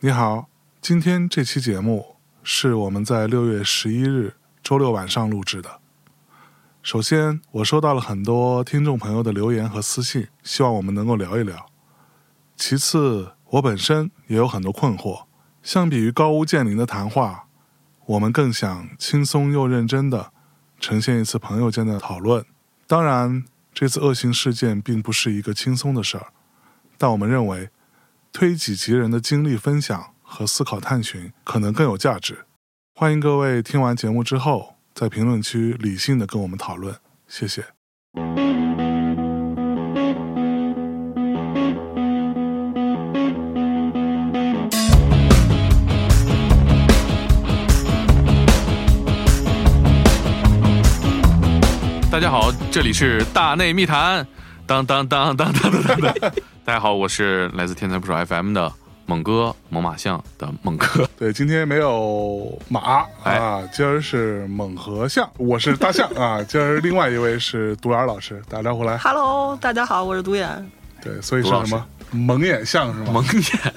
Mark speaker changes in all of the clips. Speaker 1: 你好，今天这期节目是我们在六月十一日周六晚上录制的。首先，我收到了很多听众朋友的留言和私信，希望我们能够聊一聊。其次，我本身也有很多困惑。相比于高屋建瓴的谈话，我们更想轻松又认真的呈现一次朋友间的讨论。当然，这次恶性事件并不是一个轻松的事儿，但我们认为，推己及人的经历分享和思考探寻可能更有价值。欢迎各位听完节目之后，在评论区理性的跟我们讨论，谢谢。
Speaker 2: 大家好，这里是大内密谈，当当当当当当当当。 大家好，我是来自天才不少 FM 的猛哥猛犸象的猛哥。
Speaker 1: 对，今天没有马
Speaker 2: 哎
Speaker 1: 啊，今儿是猛和象，我是大象啊，今儿另外一位是独眼老师，打招呼来。
Speaker 3: Hello，大家好，我是独眼。
Speaker 1: 对，所以是
Speaker 2: 独老
Speaker 1: 什
Speaker 2: 师
Speaker 1: 么蒙眼象是吗？
Speaker 2: 蒙眼，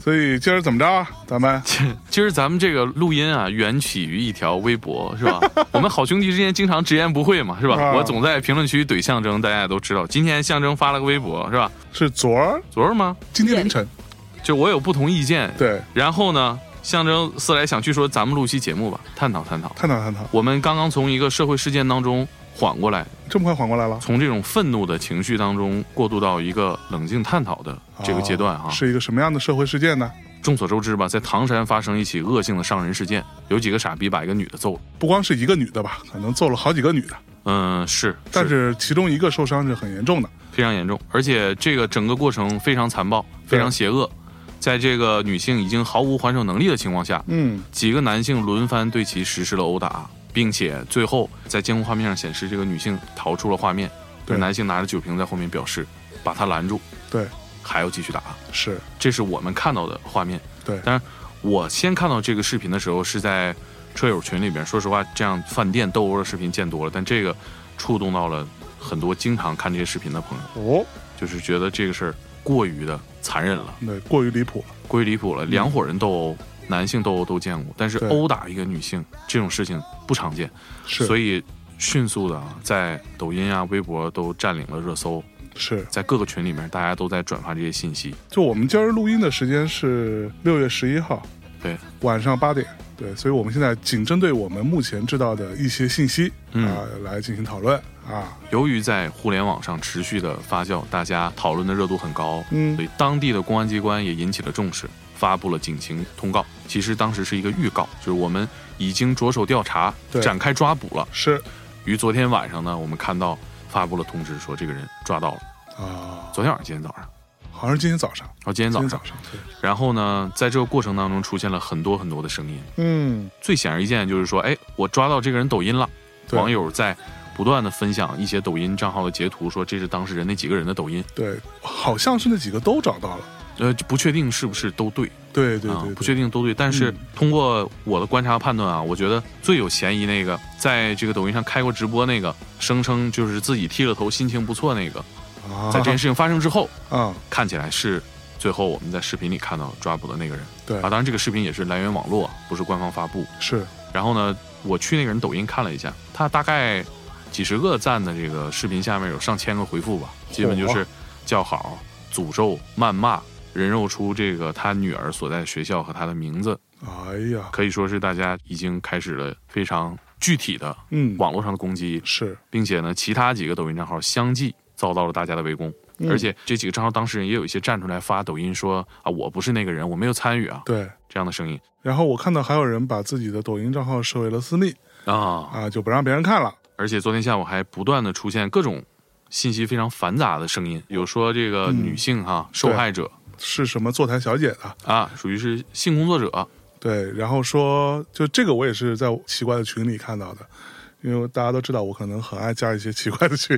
Speaker 1: 所以今儿怎么着啊，咱们
Speaker 2: 今儿咱们这个录音啊，缘起于一条微博，是 吧？我们好兄弟之间经常直言不讳嘛，是吧？
Speaker 1: 啊
Speaker 2: 我总在评论区怼象征，大家也都知道。今天象征发了个微博，是吧？
Speaker 1: 是昨儿
Speaker 2: 昨儿吗？
Speaker 1: 今天凌晨，
Speaker 2: 就我有不同意见，
Speaker 1: 对，
Speaker 2: 然后呢，象征思来想去说，咱们录期节目吧，探讨探讨。
Speaker 1: 探讨探讨，
Speaker 2: 我们刚刚从一个社会事件当中缓过来，
Speaker 1: 这么快缓过来了，
Speaker 2: 从这种愤怒的情绪当中过渡到一个冷静探讨的这个阶段哈、啊
Speaker 1: 哦是一个什么样的社会事件呢？
Speaker 2: 众所周知吧，在唐山发生一起恶性的伤人事件，有几个傻逼把一个女的揍了。
Speaker 1: 不光是一个女的吧，可能揍了好几个女的，
Speaker 2: 嗯，是，
Speaker 1: 但是其中一个受伤是很严重的，
Speaker 2: 非常严重，而且这个整个过程非常残暴，非常邪恶。在这个女性已经毫无还手能力的情况下，
Speaker 1: 嗯，
Speaker 2: 几个男性轮番对其实施了殴打，并且最后在监控画面上显示这个女性逃出了画面，
Speaker 1: 对
Speaker 2: 男性拿着酒瓶在后面表示把她拦住，
Speaker 1: 对，
Speaker 2: 还要继续打。
Speaker 1: 是
Speaker 2: 这是我们看到的画面。
Speaker 1: 对
Speaker 2: 当然我先看到这个视频的时候是在车友群里边，说实话，这样饭店斗殴的视频见多了，但这个触动到了很多经常看这些视频的朋友，
Speaker 1: 哦，
Speaker 2: 就是觉得这个事儿过于的残忍了，
Speaker 1: 对，过于离谱了，
Speaker 2: 过于离谱了。两伙人斗殴，男性斗殴都见过，但是
Speaker 1: 对
Speaker 2: 殴打一个女性这种事情不常见，
Speaker 1: 是，
Speaker 2: 所
Speaker 1: 以
Speaker 2: 以迅速的啊，在抖音啊、微博都占领了热搜，
Speaker 1: 是。
Speaker 2: 在各个群里面大家都在转发这些信息。
Speaker 1: 就我们今儿录音的时间是六月十一号，
Speaker 2: 对，
Speaker 1: 晚上八点，对，所以我们现在仅针对我们目前知道的一些信息啊、
Speaker 2: 嗯
Speaker 1: 来进行讨论啊，
Speaker 2: 由于在互联网上持续的发酵，大家讨论的热度很高，
Speaker 1: 嗯
Speaker 2: 所以当地的公安机关也引起了重视，发布了警情通告。其实当时是一个预告，就是我们已经着手调查，
Speaker 1: 对
Speaker 2: 展开抓捕了。
Speaker 1: 是
Speaker 2: 于昨天晚上呢，我们看到发布了通知，说这个人抓到了。
Speaker 1: 啊，
Speaker 2: 昨天晚上，今天早上，
Speaker 1: 好像是今天早上，
Speaker 2: 哦，今
Speaker 1: 今
Speaker 2: 天早
Speaker 1: 天
Speaker 2: 上。
Speaker 1: 早上，对，
Speaker 2: 然后呢，在这个过程当中出现了很多很多的声音，
Speaker 1: 嗯，
Speaker 2: 最显而易见的就是说，哎，我抓到这个人抖音了。
Speaker 1: 对
Speaker 2: 网友在不断的分享一些抖音账号的截图，说这是当事人那几个人的抖音。
Speaker 1: 对，好像是那几个都找到了，
Speaker 2: 呃，就不确定是不是都对
Speaker 1: 对对
Speaker 2: 啊
Speaker 1: 对，
Speaker 2: 不确
Speaker 1: 定，
Speaker 2: 定都对。但是
Speaker 1: 嗯
Speaker 2: 通过我的观察判断啊，我觉得最有嫌疑那个，在这个抖音上开过直播那个，声称就是自己剃了头，心情不错那个，
Speaker 1: 啊，
Speaker 2: 在这件事情发生之后，
Speaker 1: 啊，
Speaker 2: 看起来是最后我们在视频里看到抓捕的那个人。
Speaker 1: 对
Speaker 2: 啊，当然这个视频也是来源网络，不是官方发布。
Speaker 1: 是
Speaker 2: 然后呢，我去那个人抖音看了一下，他大概几十个赞的这个视频下面有上千个回复吧，基本就是叫好、诅咒、谩骂、人肉出这个他女儿所在学校和他的名字，
Speaker 1: 哎呀，
Speaker 2: 可以说是大家已经开始了非常具体的
Speaker 1: 嗯，
Speaker 2: 网络上的攻击，
Speaker 1: 是，
Speaker 2: 并且呢，其他几个抖音账号相继遭到了大家的围攻。
Speaker 1: 嗯
Speaker 2: 而且这几个账号当事人也有一些站出来发抖音说啊，我不是那个人，我没有参与啊，
Speaker 1: 对。
Speaker 2: 这样的声音
Speaker 1: 然后我看到还有人把自己的抖音账号设为了私密
Speaker 2: 啊。
Speaker 1: 啊，就不让别人看了。
Speaker 2: 而且昨天下午还不断的出现各种信息非常繁杂的声音，有说这个
Speaker 1: 嗯
Speaker 2: 女性哈、受害者
Speaker 1: 是什么坐台小姐的，
Speaker 2: 啊，属于是性工作者，
Speaker 1: 对，然后说，就这个我也是在奇怪的群里看到的，因为大家都知道我可能很爱加一些奇怪的群，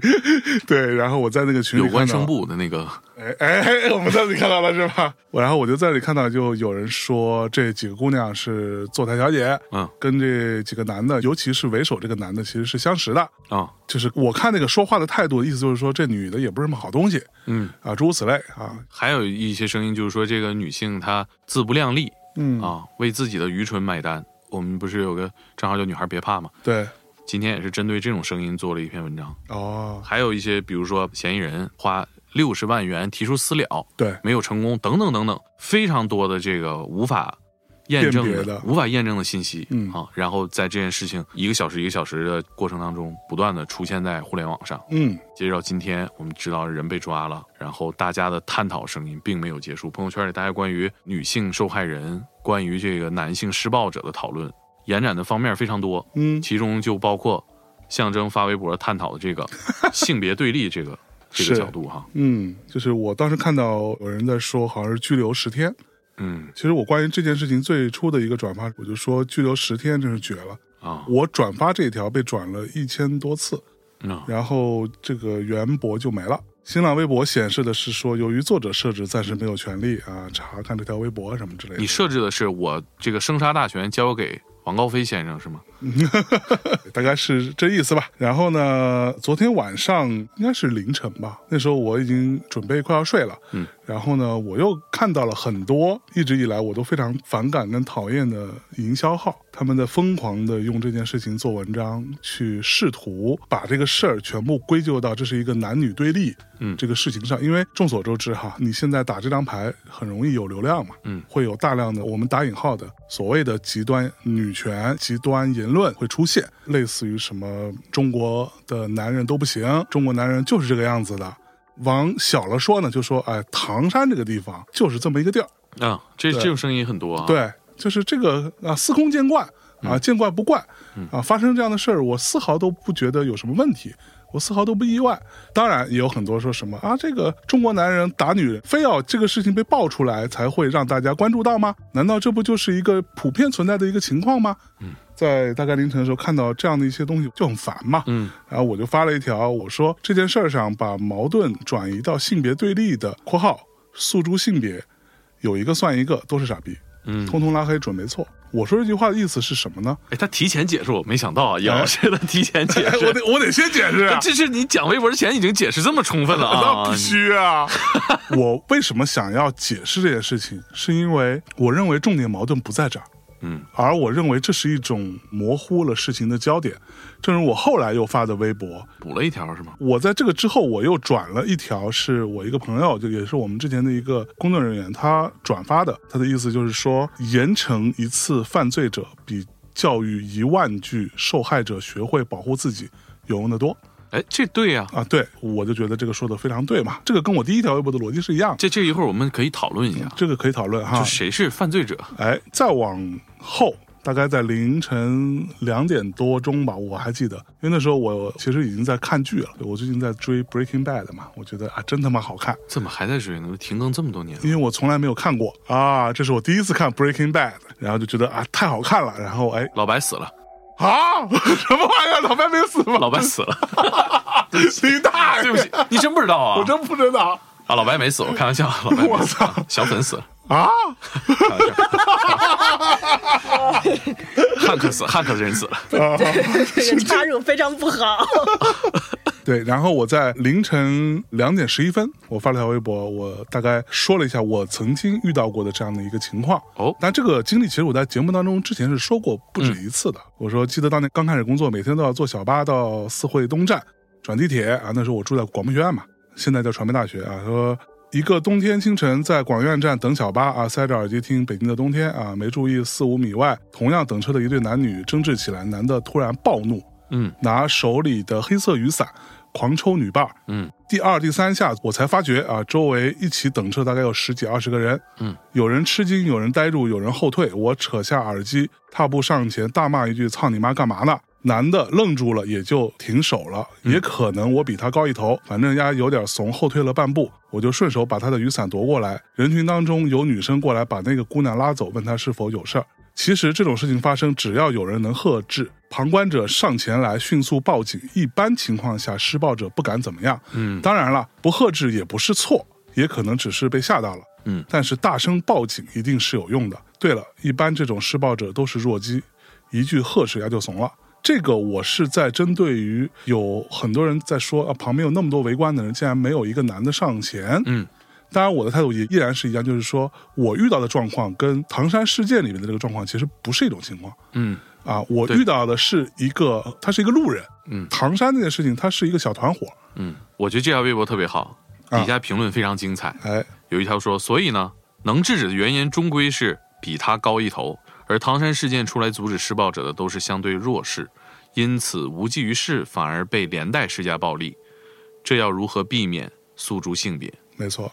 Speaker 1: 对，然后我在那个群里
Speaker 2: 有关
Speaker 1: 看到
Speaker 2: 声部的那个
Speaker 1: 哎哎，我们在这里看到了是吧？我然后我就在这里看到，就有人说这几个姑娘是坐台小姐，
Speaker 2: 嗯，
Speaker 1: 跟这几个男的，尤其是为首这个男的，其实是相识的。
Speaker 2: 啊，
Speaker 1: 就是我看那个说话的态度，意思就是说这女的也不是什么好东西
Speaker 2: 嗯，
Speaker 1: 啊，诸如此类啊，
Speaker 2: 还有一些声音就是说这个女性她自不量力
Speaker 1: 嗯，
Speaker 2: 啊，为自己的愚蠢买单。我们不是有个账号叫“女孩别怕”吗？
Speaker 1: 对，
Speaker 2: 今天也是针对这种声音做了一篇文章。
Speaker 1: 哦，
Speaker 2: 还有一些，比如说嫌疑人花六十万元提出私了
Speaker 1: 对，
Speaker 2: 没有成功，等等等等，非常多的这个无法验证
Speaker 1: 辨
Speaker 2: 的、
Speaker 1: 别的
Speaker 2: 无法验证的信息、
Speaker 1: 嗯
Speaker 2: 啊。然后在这件事情一个小时一个小时的过程当中，不断的出现在互联网上。
Speaker 1: 嗯，
Speaker 2: 截止到今天，我们知道人被抓了，然后大家的探讨声音并没有结束。朋友圈里大家关于女性受害人、关于这个男性施暴者的讨论，延展的方面非常多，
Speaker 1: 嗯，
Speaker 2: 其中就包括象征发微博探讨的这个性别对立这个这个
Speaker 1: 是
Speaker 2: 角度哈。
Speaker 1: 嗯，就是我当时看到有人在说，好像是拘留十天。
Speaker 2: 嗯
Speaker 1: 其实我关于这件事情最初的一个转发，我就说拘留十天真是绝了。
Speaker 2: 啊，
Speaker 1: 我转发这条被转了一千多次，
Speaker 2: 嗯
Speaker 1: 然后这个原博就没了。新浪微博显示的是说，由于作者设置暂时没有权利啊查看这条微博什么之类
Speaker 2: 你
Speaker 1: 的，
Speaker 2: 设置的是我这个生杀大权交给王高飞先生是吗？
Speaker 1: 大概是这意思吧。然后呢，昨天晚上应该是凌晨吧，那时候我已经准备快要睡了，
Speaker 2: 嗯，
Speaker 1: 然后呢，我又看到了很多一直以来我都非常反感跟讨厌的营销号，他们在疯狂的用这件事情做文章，去试图把这个事儿全部归咎到这是一个男女对立，
Speaker 2: 嗯
Speaker 1: 这个事情上，因为众所周知哈，你现在打这张牌很容易有流量嘛，
Speaker 2: 嗯
Speaker 1: 会有大量的我们打引号的所谓的极端女权、极端言论会出现，类似于什么中国的男人都不行，中国男人就是这个样子的。往小了说呢，就说哎，唐山这个地方就是这么一个地儿，
Speaker 2: 啊，这
Speaker 1: 对
Speaker 2: 这种声音很多啊。，嗯
Speaker 1: 对，就是这个啊，司空见惯啊，见怪不怪啊，发生这样的事儿，我丝毫都不觉得有什么问题。我丝毫都不意外，当然也有很多说什么啊，这个中国男人打女人，非要这个事情被爆出来才会让大家关注到吗？难道这不就是一个普遍存在的一个情况吗？嗯，在大概凌晨的时候看到这样的一些东西就很烦嘛，
Speaker 2: 嗯，
Speaker 1: 然后我就发了一条，我说这件事儿上把矛盾转移到性别对立的（括号诉诸性别），有一个算一个，都是傻逼，
Speaker 2: 嗯
Speaker 1: 通通拉黑准没错。我说这句话的意思是什么呢？
Speaker 2: 哎，他提前解释我没想到啊，叶老师他提前解释。
Speaker 1: 哎 我得我得先解释啊，
Speaker 2: 哎这是你讲微博之前已经解释这么充分了
Speaker 1: 那
Speaker 2: 啊！
Speaker 1: 必须啊！我为什么想要解释这件事情，是因为我认为重点矛盾不在这儿，
Speaker 2: 嗯，
Speaker 1: 而我认为这是一种模糊了事情的焦点。正如我后来又发的微博，
Speaker 2: 补了一条是吗？
Speaker 1: 我在这个之后，我又转了一条，是我一个朋友，就也是我们之前的一个工作人员，他转发的。他的意思就是说，严惩一次犯罪者，比教育一万句受害者学会保护自己有用的多
Speaker 2: 哎，这对呀、
Speaker 1: 啊！对，我就觉得这个说的非常对嘛，这个跟我第一条微博的逻辑是一样的，
Speaker 2: 这这一会儿我们可以讨论一下，
Speaker 1: 这个可以讨论哈。
Speaker 2: 就谁是犯罪者？
Speaker 1: 哎，再往后，大概在凌晨两点多钟吧，我还记得，因为那时候我其实已经在看剧了，我最近在追《Breaking Bad》嘛，我觉得啊，真他妈好看，
Speaker 2: 怎么还在追呢？停更这么多年了
Speaker 1: 因为我从来没有看过啊，这是我第一次看《Breaking Bad》，然后就觉得啊，太好看了，然后哎
Speaker 2: 老白死了，
Speaker 1: 啊， 什么玩意儿，老白没死吗？
Speaker 2: 老白死 了，
Speaker 1: 你大爷
Speaker 2: 对不，起，你真不知道啊！
Speaker 1: 我真不知道
Speaker 2: 啊，老白没死，我开玩笑，啊老白没死
Speaker 1: 我操，
Speaker 2: 小粉死了，
Speaker 1: 啊，
Speaker 2: 开玩笑，汉克死，汉克人死了，
Speaker 3: 这个插入非常不好。
Speaker 1: 对，然后我在凌晨两点十一分，我发了条微博，我大概说了一下我曾经遇到过的这样的一个情况。
Speaker 2: 哦
Speaker 1: 但这个经历其实我在节目当中之前是说过不止一次的。我说记得当年刚开始工作，每天都要坐小巴到四惠东站转地铁啊，那时候我住在广播学院嘛，现在叫传媒大学啊，说。一个冬天清晨，在广院站等小巴啊，塞着耳机听《北京的冬天》啊，没注意四五米外，同样等车的一对男女争执起来，男的突然暴怒，
Speaker 2: 嗯
Speaker 1: 拿手里的黑色雨伞狂抽女伴儿。
Speaker 2: 嗯，
Speaker 1: 第二、第三下，我才发觉啊，周围一起等车大概有十几二十个人。
Speaker 2: 嗯，
Speaker 1: 有人吃惊，有人呆住，有人后退。我扯下耳机，踏步上前，大骂一句：“操你妈，干嘛呢？”男的愣住了，也就停手了。也可能我比他高一头，反正丫有点怂，后退了半步，我就顺手把他的雨伞夺过来。人群当中有女生过来把那个姑娘拉走，问她是否有事儿。其实这种事情发生，只要有人能喝止，旁观者上前来迅速报警，一般情况下施暴者不敢怎么样。
Speaker 2: 嗯
Speaker 1: 当然了，不喝止也不是错，也可能只是被吓到了。
Speaker 2: 嗯
Speaker 1: 但是大声报警一定是有用的。对了，一般这种施暴者都是弱鸡，一句呵斥他就怂了。这个我是在针对于有很多人在说啊，旁边有那么多围观的人，竟然没有一个男的上前。
Speaker 2: 嗯，
Speaker 1: 当然我的态度也依然是一样，就是说我遇到的状况跟唐山事件里面的这个状况其实不是一种情况
Speaker 2: 嗯
Speaker 1: 啊。我
Speaker 2: 对
Speaker 1: 遇到的是一个，他是一个路人。
Speaker 2: 嗯
Speaker 1: 唐山这件事情，他是一个小团伙。
Speaker 2: 嗯，我觉得这条微博特别好，
Speaker 1: 啊
Speaker 2: 底下评论非常精彩。
Speaker 1: 哎，
Speaker 2: 有一条说，所以呢，能制止的原因终归是比他高一头，而唐山事件出来阻止施暴者的都是相对弱势，因此无济于事，反而被连带施加暴力。这要如何避免？诉诸性别。
Speaker 1: 没错，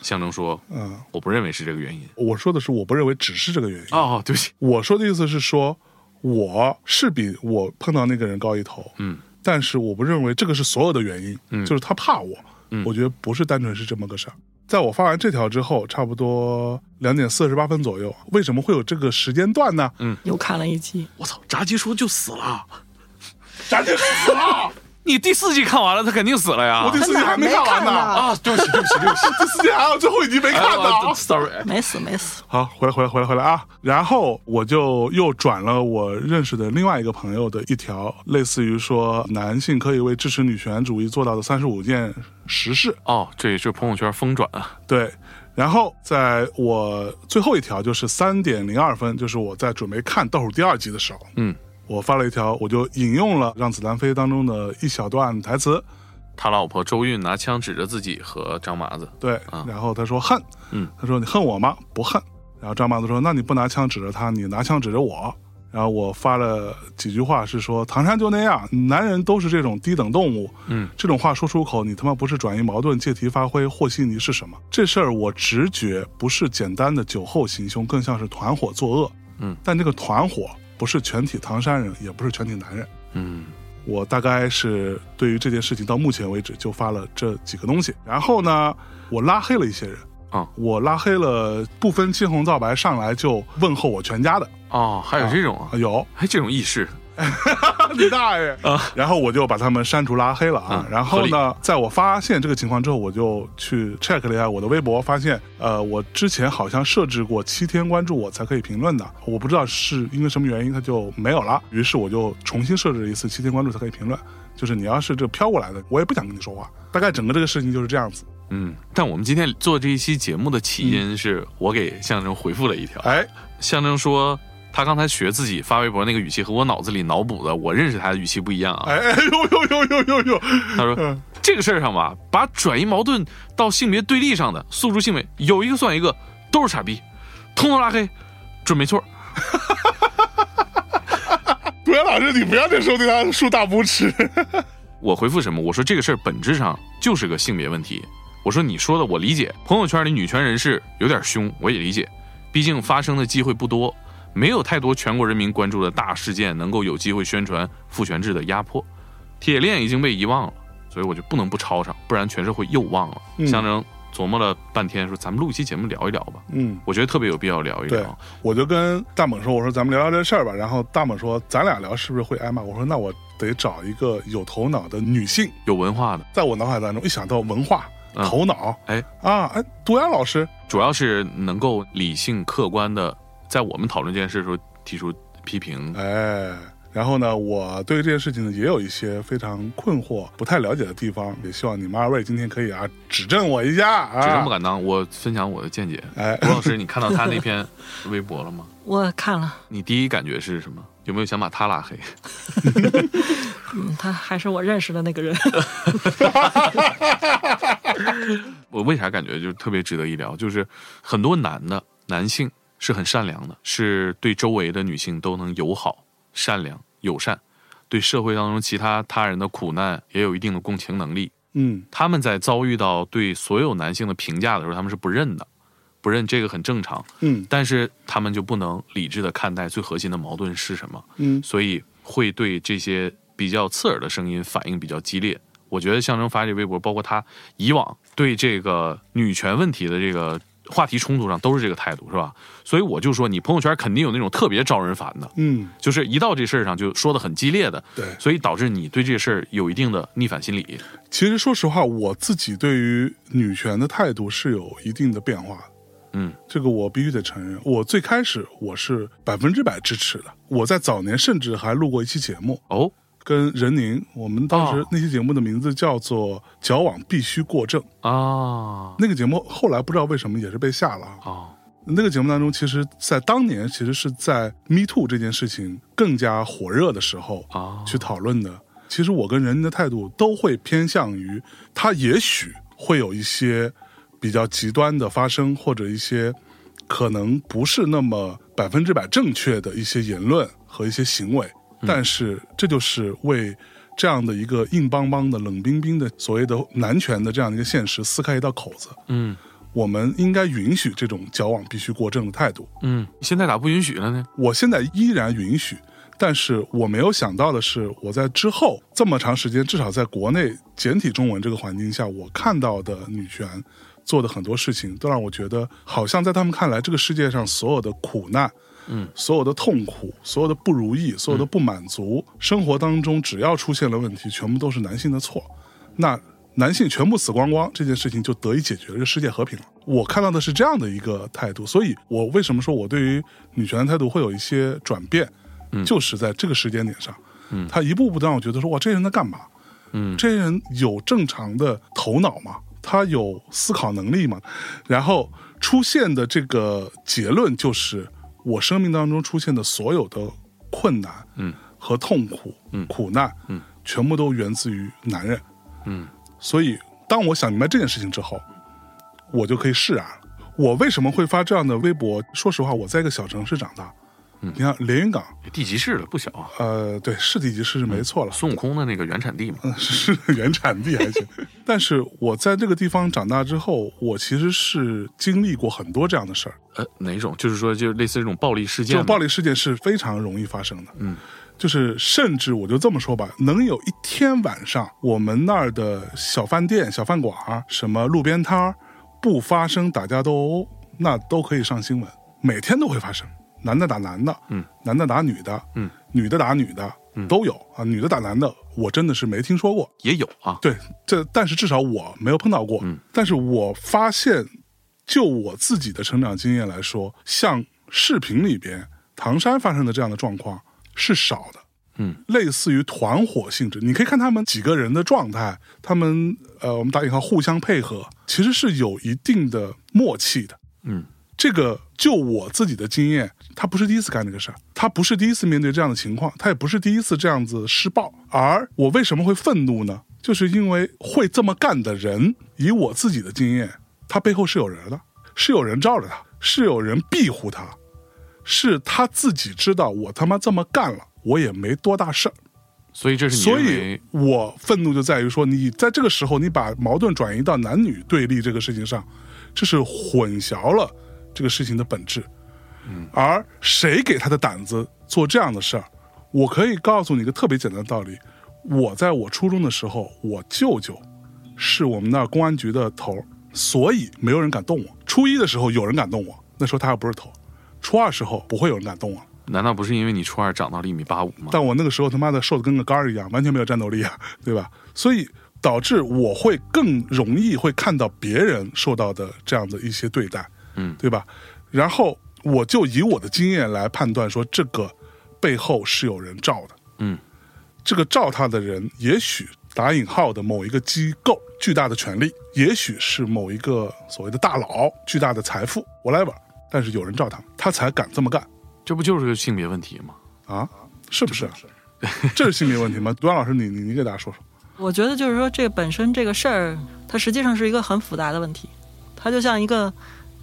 Speaker 2: 象征说
Speaker 1: 嗯，：“
Speaker 2: 我不认为是这个原因。
Speaker 1: 我说的是，我不认为只是这个原因”。
Speaker 2: 哦，对不起，
Speaker 1: 我说的意思是说，我是比我碰到那个人高一头，
Speaker 2: 嗯，
Speaker 1: 但是我不认为这个是所有的原因，
Speaker 2: 嗯
Speaker 1: 就是他怕我，
Speaker 2: 嗯
Speaker 1: 我觉得不是单纯是这么个事儿。在我发完这条之后，差不多两点四十八分左右，为什么会有这个时间段
Speaker 2: 嗯
Speaker 1: 呢？
Speaker 3: 又看了一集，
Speaker 2: 我操，炸鸡说就死了，
Speaker 1: 咱这死了，
Speaker 2: 你第四季看完了，他肯定死了呀。
Speaker 1: 我第四季还没看完
Speaker 3: 他哪儿没看
Speaker 1: 呢，
Speaker 3: 呢
Speaker 2: 啊，对不起，对不起，对不起，
Speaker 1: 第四季还有最后一集没看啊
Speaker 2: 哎
Speaker 1: 呢。
Speaker 2: 我 sorry，
Speaker 3: 没死没死，
Speaker 1: 好，回来，回来，回来，回来啊！然后我就又转了我认识的另外一个朋友的一条，类似于说男性可以为支持女权主义做到的三十五件实事。
Speaker 2: 哦，这也是朋友圈疯转啊，
Speaker 1: 对，然后在我最后一条就是三点零二分，就是我在准备看倒数第二集的时候，
Speaker 2: 嗯，
Speaker 1: 我发了一条，我就引用了《让子弹飞》当中的一小段台词，
Speaker 2: 他老婆周韵拿枪指着自己和张麻子，
Speaker 1: 对，
Speaker 2: 啊
Speaker 1: 然后他说恨，
Speaker 2: 嗯，
Speaker 1: 他说你恨我吗？不恨。然后张麻子说，那你不拿枪指着他，你拿枪指着我。然后我发了几句话是说，唐山就那样，男人都是这种低等动物，
Speaker 2: 嗯，
Speaker 1: 这种话说出口，你他妈不是转移矛盾、借题发挥、和稀泥是什么？这事儿我直觉不是简单的酒后行凶，更像是团伙作恶，
Speaker 2: 嗯，
Speaker 1: 但这个团伙不是全体唐山人，也不是全体男人。
Speaker 2: 嗯
Speaker 1: 我大概是对于这件事情到目前为止就发了这几个东西，然后呢，我拉黑了一些人
Speaker 2: 啊
Speaker 1: 我拉黑了不分青红皂白上来就问候我全家的，
Speaker 2: 哦，还有这种啊
Speaker 1: 啊，有
Speaker 2: 还这种意识，
Speaker 1: 你大爷
Speaker 2: 啊！
Speaker 1: 然后我就把他们删除拉黑了啊。
Speaker 2: 嗯
Speaker 1: 然后呢，在我发现这个情况之后，我就去 check 了一下我的微博，发现呃，我之前好像设置过七天关注我才可以评论的，我不知道是因为什么原因它就没有了。于是我就重新设置了一次七天关注才可以评论，就是你要是这飘过来的，我也不想跟你说话。大概整个这个事情就是这样子。
Speaker 2: 嗯。但我们今天做这一期节目的起因是我给象征回复了一条，
Speaker 1: 哎，
Speaker 2: 象征说他刚才学自己发微博那个语气和我脑子里脑补的我认识他的语气不一样啊。
Speaker 1: 哎哎呦呦呦呦呦呦，
Speaker 2: 他说、
Speaker 1: 嗯
Speaker 2: 这个事儿上吧，把转移矛盾到性别对立上的，诉诸性别，有一个算一个，都是傻逼，通通拉黑，准没错。
Speaker 1: 不要老师，你不要这时候对他竖大拇指。
Speaker 2: 我回复什么？我说这个事儿本质上就是个性别问题。我说你说的我理解，朋友圈里女权人士有点凶，我也理解，毕竟发生的机会不多，没有太多全国人民关注的大事件能够有机会宣传父权制的压迫。铁链已经被遗忘了，所以我就不能不抄上，不然全社会又忘了。
Speaker 1: 嗯
Speaker 2: 象征琢磨了半天，说咱们录一期节目聊一聊吧，
Speaker 1: 嗯，
Speaker 2: 我觉得特别有必要聊一
Speaker 1: 对
Speaker 2: 聊。，
Speaker 1: 我就跟大猛说，我说咱们聊聊这事儿吧。然后大猛说，咱俩聊是不是会挨骂？我说那我得找一个有头脑的女性。
Speaker 2: 有文化的，
Speaker 1: 在我脑海当中，一想到文化、
Speaker 2: 嗯
Speaker 1: 头脑，
Speaker 2: 哎
Speaker 1: 啊，哎，杜阳老师，
Speaker 2: 主要是能够理性客观的，在我们讨论这件事的时候提出批评。
Speaker 1: 哎。然后呢，我对这件事情呢也有一些非常困惑、不太了解的地方，也希望你们二位今天可以啊指正我一下啊。
Speaker 2: 只这么敢当，我分享我的见解。
Speaker 1: 哎，
Speaker 2: 罗老师，你看到他那篇微博了吗？
Speaker 3: 我看了，
Speaker 2: 你第一感觉是什么？有没有想把他拉黑？
Speaker 3: 嗯，他还是我认识的那个人，
Speaker 2: 我为啥感觉就特别值得一聊？就是很多男的男性是很善良的，是对周围的女性都能友好、善良、友善，对社会当中其他他人的苦难也有一定的共情能力。
Speaker 1: 嗯
Speaker 2: 他们在遭遇到对所有男性的评价的时候，他们是不认的，不认这个很正常，
Speaker 1: 嗯
Speaker 2: 但是他们就不能理智的看待最核心的矛盾是什么。
Speaker 1: 嗯，
Speaker 2: 所以会对这些比较刺耳的声音反应比较激烈。我觉得象征发这微博，包括他以往对这个女权问题的这个话题冲突上都是这个态度，是吧？所以我就说，你朋友圈肯定有那种特别招人烦的，
Speaker 1: 嗯，
Speaker 2: 就是一到这事儿上就说的很激烈的，
Speaker 1: 对。
Speaker 2: 所以导致你对这事儿有一定的逆反心理。
Speaker 1: 其实说实话，我自己对于女权的态度是有一定的变化的。
Speaker 2: 嗯，
Speaker 1: 这个我必须得承认。我最开始我是百分之百支持的。我在早年甚至还录过一期节目，
Speaker 2: 哦，
Speaker 1: 跟任宁，我们当时
Speaker 2: 哦
Speaker 1: 那期节目的名字叫做《矫枉必须过正》。
Speaker 2: 啊，
Speaker 1: 那个节目后来不知道为什么也是被下了啊。
Speaker 2: 哦，
Speaker 1: 那个节目当中，其实，在当年其实是在 Me Too 这件事情更加火热的时候
Speaker 2: 啊，
Speaker 1: 去讨论的。其实我跟任宁的态度都会偏向于，他也许会有一些比较极端的发生，或者一些可能不是那么百分之百正确的一些言论和一些行为，但是这就是为。这样的一个硬邦邦的、冷冰冰的所谓的男权的这样的一个现实，撕开一道口子，
Speaker 2: 嗯
Speaker 1: 我们应该允许这种矫枉必须过正的态度。
Speaker 2: 嗯，现在咋不允许了呢？
Speaker 1: 我现在依然允许，但是我没有想到的是，我在之后这么长时间，至少在国内简体中文这个环境下，我看到的女权做的很多事情，都让我觉得好像在他们看来，这个世界上所有的苦难。
Speaker 2: 嗯，
Speaker 1: 所有的痛苦，所有的不如意，所有的不满足，生活当中只要出现了问题，全部都是男性的错。那男性全部死光光这件事情就得以解决了，这个世界和平了。我看到的是这样的一个态度，所以我为什么说我对于女权的态度会有一些转变，
Speaker 2: 嗯
Speaker 1: 就是在这个时间点上，
Speaker 2: 嗯
Speaker 1: 他一步步的让我觉得说，哇，这人在干嘛？
Speaker 2: 嗯
Speaker 1: 这些人有正常的头脑吗？他有思考能力吗？然后出现的这个结论就是，我生命当中出现的所有的困难，
Speaker 2: 嗯，
Speaker 1: 和痛苦，
Speaker 2: 嗯
Speaker 1: 苦难，
Speaker 2: 嗯，
Speaker 1: 全部都源自于男人。
Speaker 2: 嗯
Speaker 1: 所以，当我想明白这件事情之后，我就可以释然了。我为什么会发这样的微博？说实话，我在一个小城市长大，
Speaker 2: 嗯
Speaker 1: 你看连云港，
Speaker 2: 地级市了不小啊，
Speaker 1: 呃，对，是地级市是没错 了，
Speaker 2: 孙悟空的那个原产地嘛。
Speaker 1: 是原产地还行。但是我在这个地方长大之后，我其实是经历过很多这样的事儿，
Speaker 2: 呃，哪种？就是说，就类似这种暴力事
Speaker 1: 这
Speaker 2: 件吗，
Speaker 1: 种暴力事件是非常容易发生的。
Speaker 2: 嗯，
Speaker 1: 就是甚至我就这么说吧，能有一天晚上，我们那儿的小饭店、小饭馆儿、什么路边摊儿不发生打架斗殴，那都可以上新闻，每天都会发生。男的打男的，
Speaker 2: 嗯，
Speaker 1: 男的打女的，
Speaker 2: 嗯，
Speaker 1: 女的打女的，
Speaker 2: 嗯
Speaker 1: 都有啊。女的打男的，我真的是没听说过。
Speaker 2: 也有啊。
Speaker 1: 对，这但是至少我没有碰到过。
Speaker 2: 嗯
Speaker 1: 但是我发现，就我自己的成长经验来说，像视频里边唐山发生的这样的状况是少的。
Speaker 2: 嗯，
Speaker 1: 类似于团伙性质，你可以看他们几个人的状态，他们呃，我们打引号互相配合，其实是有一定的默契的。
Speaker 2: 嗯
Speaker 1: 这个就我自己的经验，他不是第一次干这个事儿，他不是第一次面对这样的情况，他也不是第一次这样子施暴。而我为什么会愤怒呢？就是因为会这么干的人，以我自己的经验，他背后是有人的，是有人罩着他，是有人庇护他，是他自己知道我他妈这么干了，我也没多大事儿。
Speaker 2: 所以这是你
Speaker 1: 所
Speaker 2: 认
Speaker 1: 以
Speaker 2: 为，
Speaker 1: 我愤怒就在于说，你在这个时候，你把矛盾转移到男女对立这个事情上，这是混淆了这个事情的本质。而谁给他的胆子做这样的事儿？我可以告诉你一个特别简单的道理：我在我初中的时候，我舅舅是我们那儿公安局的头儿，所以没有人敢动我。初一的时候有人敢动我，那时候他还不是头儿；初二时候不会有人敢动我。
Speaker 2: 难道不是因为你初二长到了一米八五吗？
Speaker 1: 但我那个时候他妈的瘦的跟个杆儿一样，完全没有战斗力啊，对吧？所以导致我会更容易会看到别人受到的这样的一些对待，
Speaker 2: 嗯
Speaker 1: 对吧？然后我就以我的经验来判断说，这个背后是有人罩的，
Speaker 2: 嗯，
Speaker 1: 这个罩他的人，也许打引号的某一个机构巨大的权力，也许是某一个所谓的大佬巨大的财富，whatever，但是有人罩他，他才敢这么干。
Speaker 2: 这不就是个性别问题吗？
Speaker 1: 啊，是不是？这是 心理问题吗？段老师，你你你给大家说说。
Speaker 3: 我觉得就是说，这个本身这个事儿，它实际上是一个很复杂的问题，它就像一个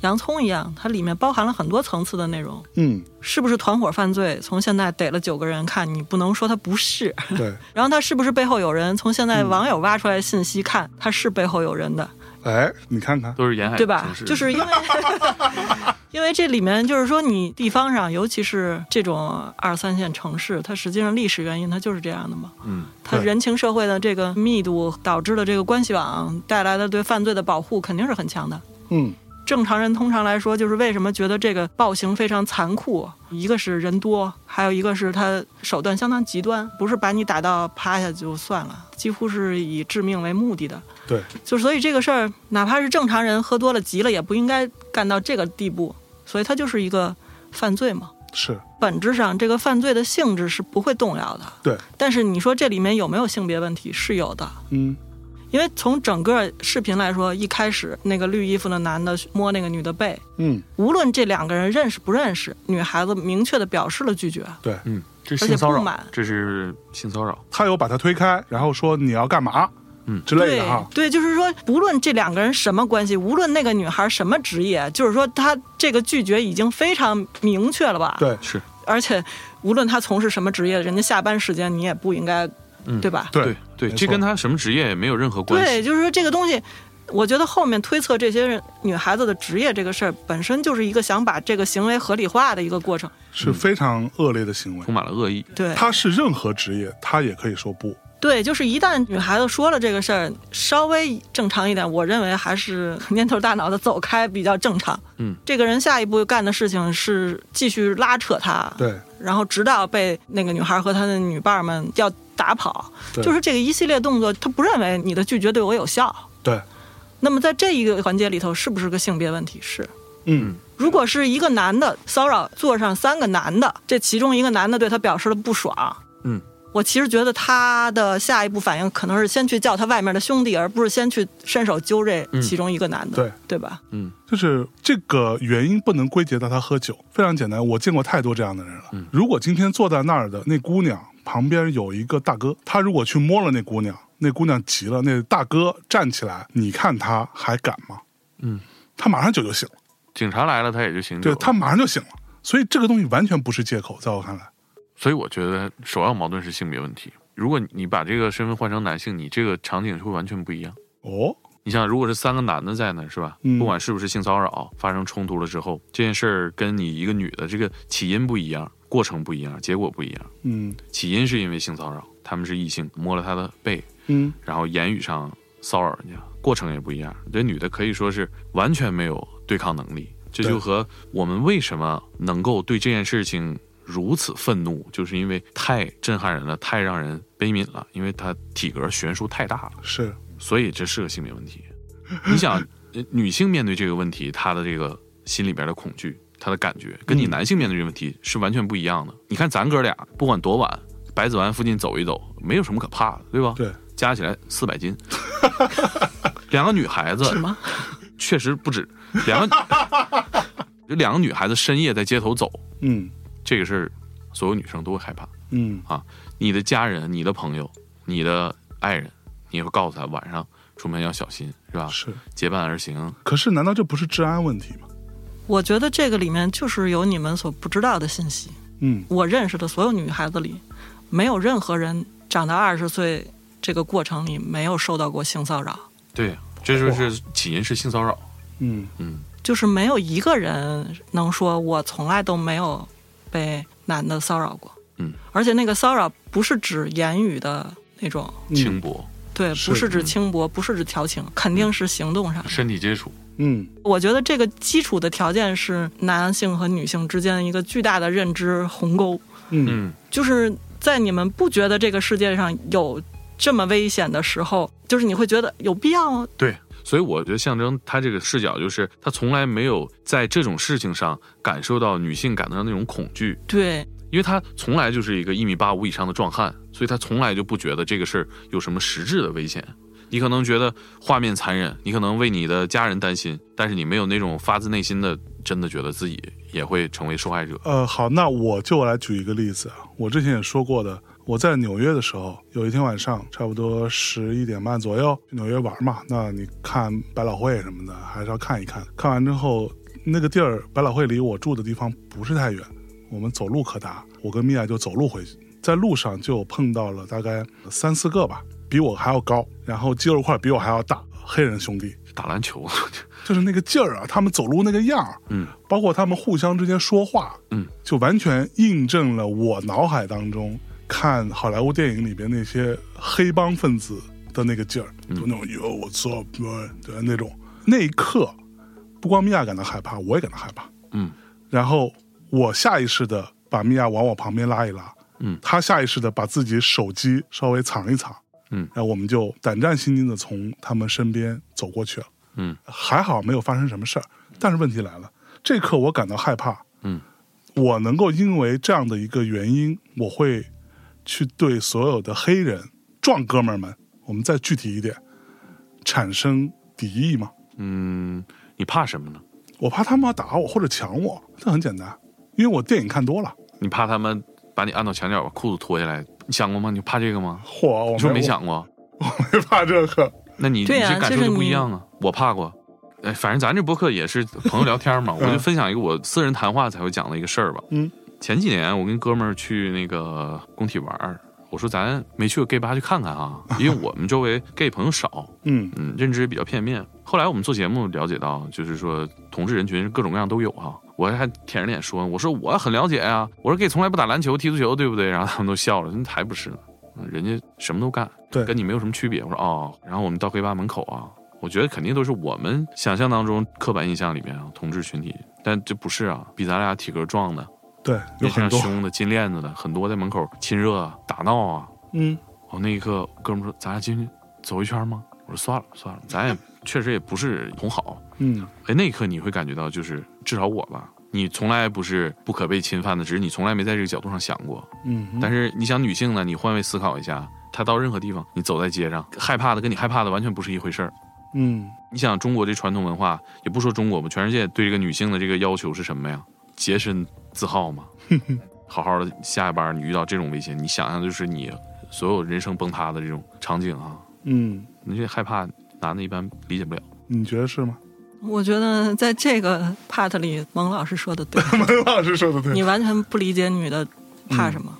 Speaker 3: 洋葱一样，它里面包含了很多层次的内容。
Speaker 1: 嗯，
Speaker 3: 是不是团伙犯罪？从现在逮了九个人看，你不能说他不是。
Speaker 1: 嗯 对，
Speaker 3: 然后他是不是背后有人？从现在网友挖出来信息看，他是背后有人的，
Speaker 1: 哎，你看看，
Speaker 2: 都是沿海
Speaker 3: 对吧
Speaker 2: 城市？
Speaker 3: 就 是因为因为这里面就是说，你地方上，尤其是这种二三线城市，它实际上历史原因它就是这样的嘛。
Speaker 2: 嗯
Speaker 3: 它
Speaker 1: 对
Speaker 3: 人情社会的这个密度导致了这个关系网带来的对犯罪的保护肯定是很强的。
Speaker 1: 嗯，
Speaker 3: 正常人通常来说，就是为什么觉得这个暴行非常残酷，一个是人多，还有一个是他手段相当极端，不是把你打到趴下就算了，几乎是以致命为目的的。
Speaker 1: 对，
Speaker 3: 就所以这个事儿，哪怕是正常人喝多了急了，也不应该干到这个地步，所以它就是一个犯罪嘛。
Speaker 1: 是
Speaker 3: 本质上，这个犯罪的性质是不会动摇的。
Speaker 1: 对，
Speaker 3: 但是你说这里面有没有性别问题？是有的，
Speaker 1: 嗯
Speaker 3: 因为从整个视频来说，一开始那个绿衣服的男的摸那个女的背，
Speaker 1: 嗯，
Speaker 3: 无论这两个人认识不认识，女孩子明确的表示了拒绝，
Speaker 1: 对
Speaker 2: 嗯，这
Speaker 3: 而
Speaker 2: 是
Speaker 3: 且
Speaker 2: 性骚
Speaker 3: 不
Speaker 2: 扰，
Speaker 3: 满。
Speaker 2: 这是性骚扰，
Speaker 1: 他有把他推开，然后说你要干嘛，
Speaker 2: 嗯
Speaker 1: 之类的哈，
Speaker 3: 对，就是说，不论这两个人什么关系，无论那个女孩什么职业，就是说，她这个拒绝已经非常明确了吧？，
Speaker 1: 对
Speaker 2: 是
Speaker 3: 而且无论她从事什么职业，人家下班时间你也不应该，
Speaker 2: 嗯
Speaker 3: 对吧？
Speaker 1: 对
Speaker 2: 对，
Speaker 1: 没
Speaker 2: 这
Speaker 1: 错
Speaker 2: 跟他什么职业也没有任何关
Speaker 3: 对，
Speaker 2: 系。
Speaker 3: 就是说这个东西，我觉得后面推测这些人女孩子的职业这个事儿，本身就是一个想把这个行为合理化的一个过程。
Speaker 1: 是非常恶劣的行为
Speaker 2: 充。满了恶意，
Speaker 3: 对，
Speaker 1: 他是任何职业，他也可以说不。
Speaker 3: 对，就是一旦女孩子说了这个事儿，稍微正常一点，我认为还是 蔫头大脑的走开比较正常。
Speaker 2: 嗯，
Speaker 3: 这个人下一步干的事情是继续拉扯她，
Speaker 1: 对，
Speaker 3: 然后直到被那个女孩和她的女伴儿们要打跑，
Speaker 1: 对
Speaker 3: 就是这个一系列动作，他不认为你的拒绝对我有效。
Speaker 1: 对，
Speaker 3: 那么在这一个环节里头，是不是个性别问题？是。
Speaker 1: 嗯，
Speaker 3: 如果是一个男的骚扰座上三个男的，这其中一个男的对他表示了不爽，
Speaker 2: 嗯，
Speaker 3: 我其实觉得他的下一步反应可能是先去叫他外面的兄弟，而不是先去伸手揪这其中一个男的，
Speaker 1: 对
Speaker 3: 对吧？
Speaker 2: 嗯，
Speaker 1: 就是这个原因不能归结到他喝酒，非常简单。我见过太多这样的人了。如果今天坐在那儿的那姑娘旁边有一个大哥，他如果去摸了那姑娘，那姑娘急了，那大哥站起来，你看他还敢吗？
Speaker 2: 嗯，
Speaker 1: 他马上酒就醒了，
Speaker 2: 警察来了他也就行酒
Speaker 1: 对
Speaker 2: 了。
Speaker 1: 他马上就醒了。所以这个东西完全不是借口，在我看来，
Speaker 2: 所以我觉得首要矛盾是性别问题。如果你把这个身份换成男性，你这个场景会完全不一样。
Speaker 1: 哦，
Speaker 2: 你想，如果是三个男的在那儿，是吧？
Speaker 1: 嗯
Speaker 2: 不管是不是性骚扰发生冲突了之后，这件事儿跟你一个女的这个起因不一样，过程不一样，结果不一样。
Speaker 1: 嗯
Speaker 2: 起因是因为性骚扰，他们是异性摸了她的背，
Speaker 1: 嗯，
Speaker 2: 然后言语上骚扰人家，过程也不一样。这女的可以说是完全没有对抗能力，这
Speaker 1: 对
Speaker 2: 就和我们为什么能够对这件事情如此愤怒，就是因为太震撼人了，太让人悲悯了，因为她体格悬殊太大了，
Speaker 1: 是
Speaker 2: 所以这是个性别问题。你想，呃女性面对这个问题，她的这个心里边的恐惧。她的感觉跟你
Speaker 1: 嗯
Speaker 2: 男性面对这个问题是完全不一样的。你看咱哥俩，不管多晚，百子湾附近走一走，没有什么可怕的，对吧？
Speaker 1: 对，
Speaker 2: 加起来四百斤。 两个女孩
Speaker 3: 什
Speaker 2: 子
Speaker 3: 么？
Speaker 2: 确实不止，两个 这两个女孩子深夜在街头走，
Speaker 1: 嗯
Speaker 2: 这个事儿，所有女生都会害怕。
Speaker 1: 嗯
Speaker 2: 你的家人、你的朋友、你的爱人，你也会告诉他晚上出门要小心，是吧？
Speaker 1: 是。
Speaker 2: 结伴而行，
Speaker 1: 可是难道这不是治安问题吗？
Speaker 3: 我觉得这个里面就是有你们所不知道的信息。
Speaker 1: 嗯
Speaker 3: 我认识的所有女孩子里，没有任何人长到二十岁这个过程里没有受到过性骚扰，
Speaker 2: 对，这就是起因是性骚扰。
Speaker 1: 嗯
Speaker 2: 嗯，
Speaker 3: 就是没有一个人能说我从来都没有被男的骚扰过。
Speaker 2: 嗯，
Speaker 3: 而且那个骚扰不是指言语的那种，
Speaker 1: 嗯
Speaker 2: 轻薄，
Speaker 3: 对，
Speaker 1: 是
Speaker 3: 不是指
Speaker 2: 嗯
Speaker 3: 轻薄，不是指调情，肯定是行动上。
Speaker 2: 身体接触，
Speaker 1: 嗯
Speaker 3: 我觉得这个基础的条件是男性和女性之间一个巨大的认知鸿沟。
Speaker 1: 嗯嗯
Speaker 2: 嗯，
Speaker 3: 就是在你们不觉得这个世界上有这么危险的时候，就是你会觉得有必要吗？
Speaker 2: 对，所以我觉得象征他这个视角就是他从来没有在这种事情上感受到女性感到那种恐惧，
Speaker 3: 对
Speaker 2: 因为他从来就是一个一米八五以上的壮汉，所以他从来就不觉得这个事儿有什么实质的危险。你可能觉得画面残忍，你可能为你的家人担心，但是你没有那种发自内心的真的觉得自己也会成为受害者。
Speaker 1: 呃，好，那我就来举一个例子啊。我之前也说过的，我在纽约的时候，有一天晚上差不多十一点半左右去纽约玩嘛，那你看百老汇什么的还是要看一看。看完之后，那个地儿百老汇离我住的地方不是太远，我们走路可达。我跟米娅就走路回去，在路上就碰到了大概三四个吧，比我还要高，然后肌肉块比我还要大，黑人兄弟。
Speaker 2: 打篮球，
Speaker 1: 就是那个劲儿啊，他们走路那个样儿，
Speaker 2: 嗯，
Speaker 1: 包括他们互相之间说话，
Speaker 2: 嗯，
Speaker 1: 就完全印证了我脑海当中看好莱坞电影里边那些黑帮分
Speaker 2: 嗯
Speaker 1: 子的那个劲儿，就那种 Yo what's up man 对那种，那一刻不光米娅感到害怕，我也感到害怕。
Speaker 2: 嗯，
Speaker 1: 然后我下意识的把米娅往我旁边拉一拉，
Speaker 2: 嗯
Speaker 1: 她下意识的把自己手机稍微藏一藏，
Speaker 2: 嗯
Speaker 1: 然后我们就胆战心惊的从他们身边走过去了。
Speaker 2: 嗯，
Speaker 1: 还好没有发生什么事儿，但是问题来了，这一刻我感到害怕。
Speaker 2: 嗯，
Speaker 1: 我能够因为这样的一个原因，我会去对所有的黑人壮哥们儿们，我们再具体一点，产生敌意吗？
Speaker 2: 嗯，你怕什么呢？
Speaker 1: 我怕他们要打我或者抢我，这很简单，因为我电影看多了。
Speaker 2: 你怕他们把你按到墙角，把裤子脱下来？你想过吗？你怕这个吗？
Speaker 1: 嚯，我
Speaker 2: 你说没
Speaker 1: 我
Speaker 2: 想过？
Speaker 1: 没怕这个，
Speaker 2: 那你、
Speaker 3: 对啊
Speaker 2: 你这感
Speaker 3: 就
Speaker 2: 受
Speaker 3: 是
Speaker 2: 就不
Speaker 3: 你
Speaker 2: 一样啊！我怕过，哎，反正咱这播客也是朋友聊天 嘛，
Speaker 3: 嗯
Speaker 2: 我就分享一个我私人谈话才会讲的一个事儿吧。
Speaker 1: 嗯，
Speaker 2: 前几年我跟哥们儿去那个工体玩儿，我说咱没去过 gay 吧去看看啊，因为我们周围 gay 朋友少，
Speaker 1: 嗯
Speaker 2: 嗯，认知比较片面。后来我们做节目了解到，就是说同志人群各种各样都有啊。我还舔着脸说：“我说我很了解呀、我说 gay 从来不打篮球、踢足球，对不对？”然后他们都笑了，那还不是呢，嗯人家什么都干，
Speaker 1: 对
Speaker 2: 跟你没有什么区别。我说哦，然后我们到 gay 吧门口啊，我觉得肯定都是我们想象当中刻板印象里面啊，同志群体，但这不是啊，比咱俩体格壮的、
Speaker 1: 对，有
Speaker 2: 面
Speaker 1: 很
Speaker 2: 相
Speaker 1: 多，
Speaker 2: 凶的、金链子的，很多在门口亲热啊、打闹啊，
Speaker 1: 嗯
Speaker 2: 我那一刻，哥们说：“咱俩进去走一圈吗？”我说：“算了算了，咱也确实也不是同好。
Speaker 1: 嗯，”
Speaker 2: 哎，那一刻你会感觉到，就是至少我吧，你从来不是不可被侵犯的，只是你从来没在这个角度上想过。
Speaker 1: 嗯，
Speaker 2: 但是你想女性呢，你换位思考一下，她到任何地方，你走在街上，害怕的跟你害怕的完全不是一回事儿。
Speaker 1: 嗯
Speaker 2: 你想中国这传统文化，也不说中国吧，全世界对这个女性的这个要求是什么呀？洁身自好嘛。好好的下一班，你遇到这种危险，你想象就是你所有人生崩塌的这种场景啊，
Speaker 1: 嗯，
Speaker 2: 你这害怕男的一般理解不了。
Speaker 1: 你觉得是吗？
Speaker 3: 我觉得在这个 part 里，蒙老师说的对，
Speaker 1: 文老师说的
Speaker 3: 你
Speaker 1: 对，
Speaker 3: 完全不理解女的怕什么。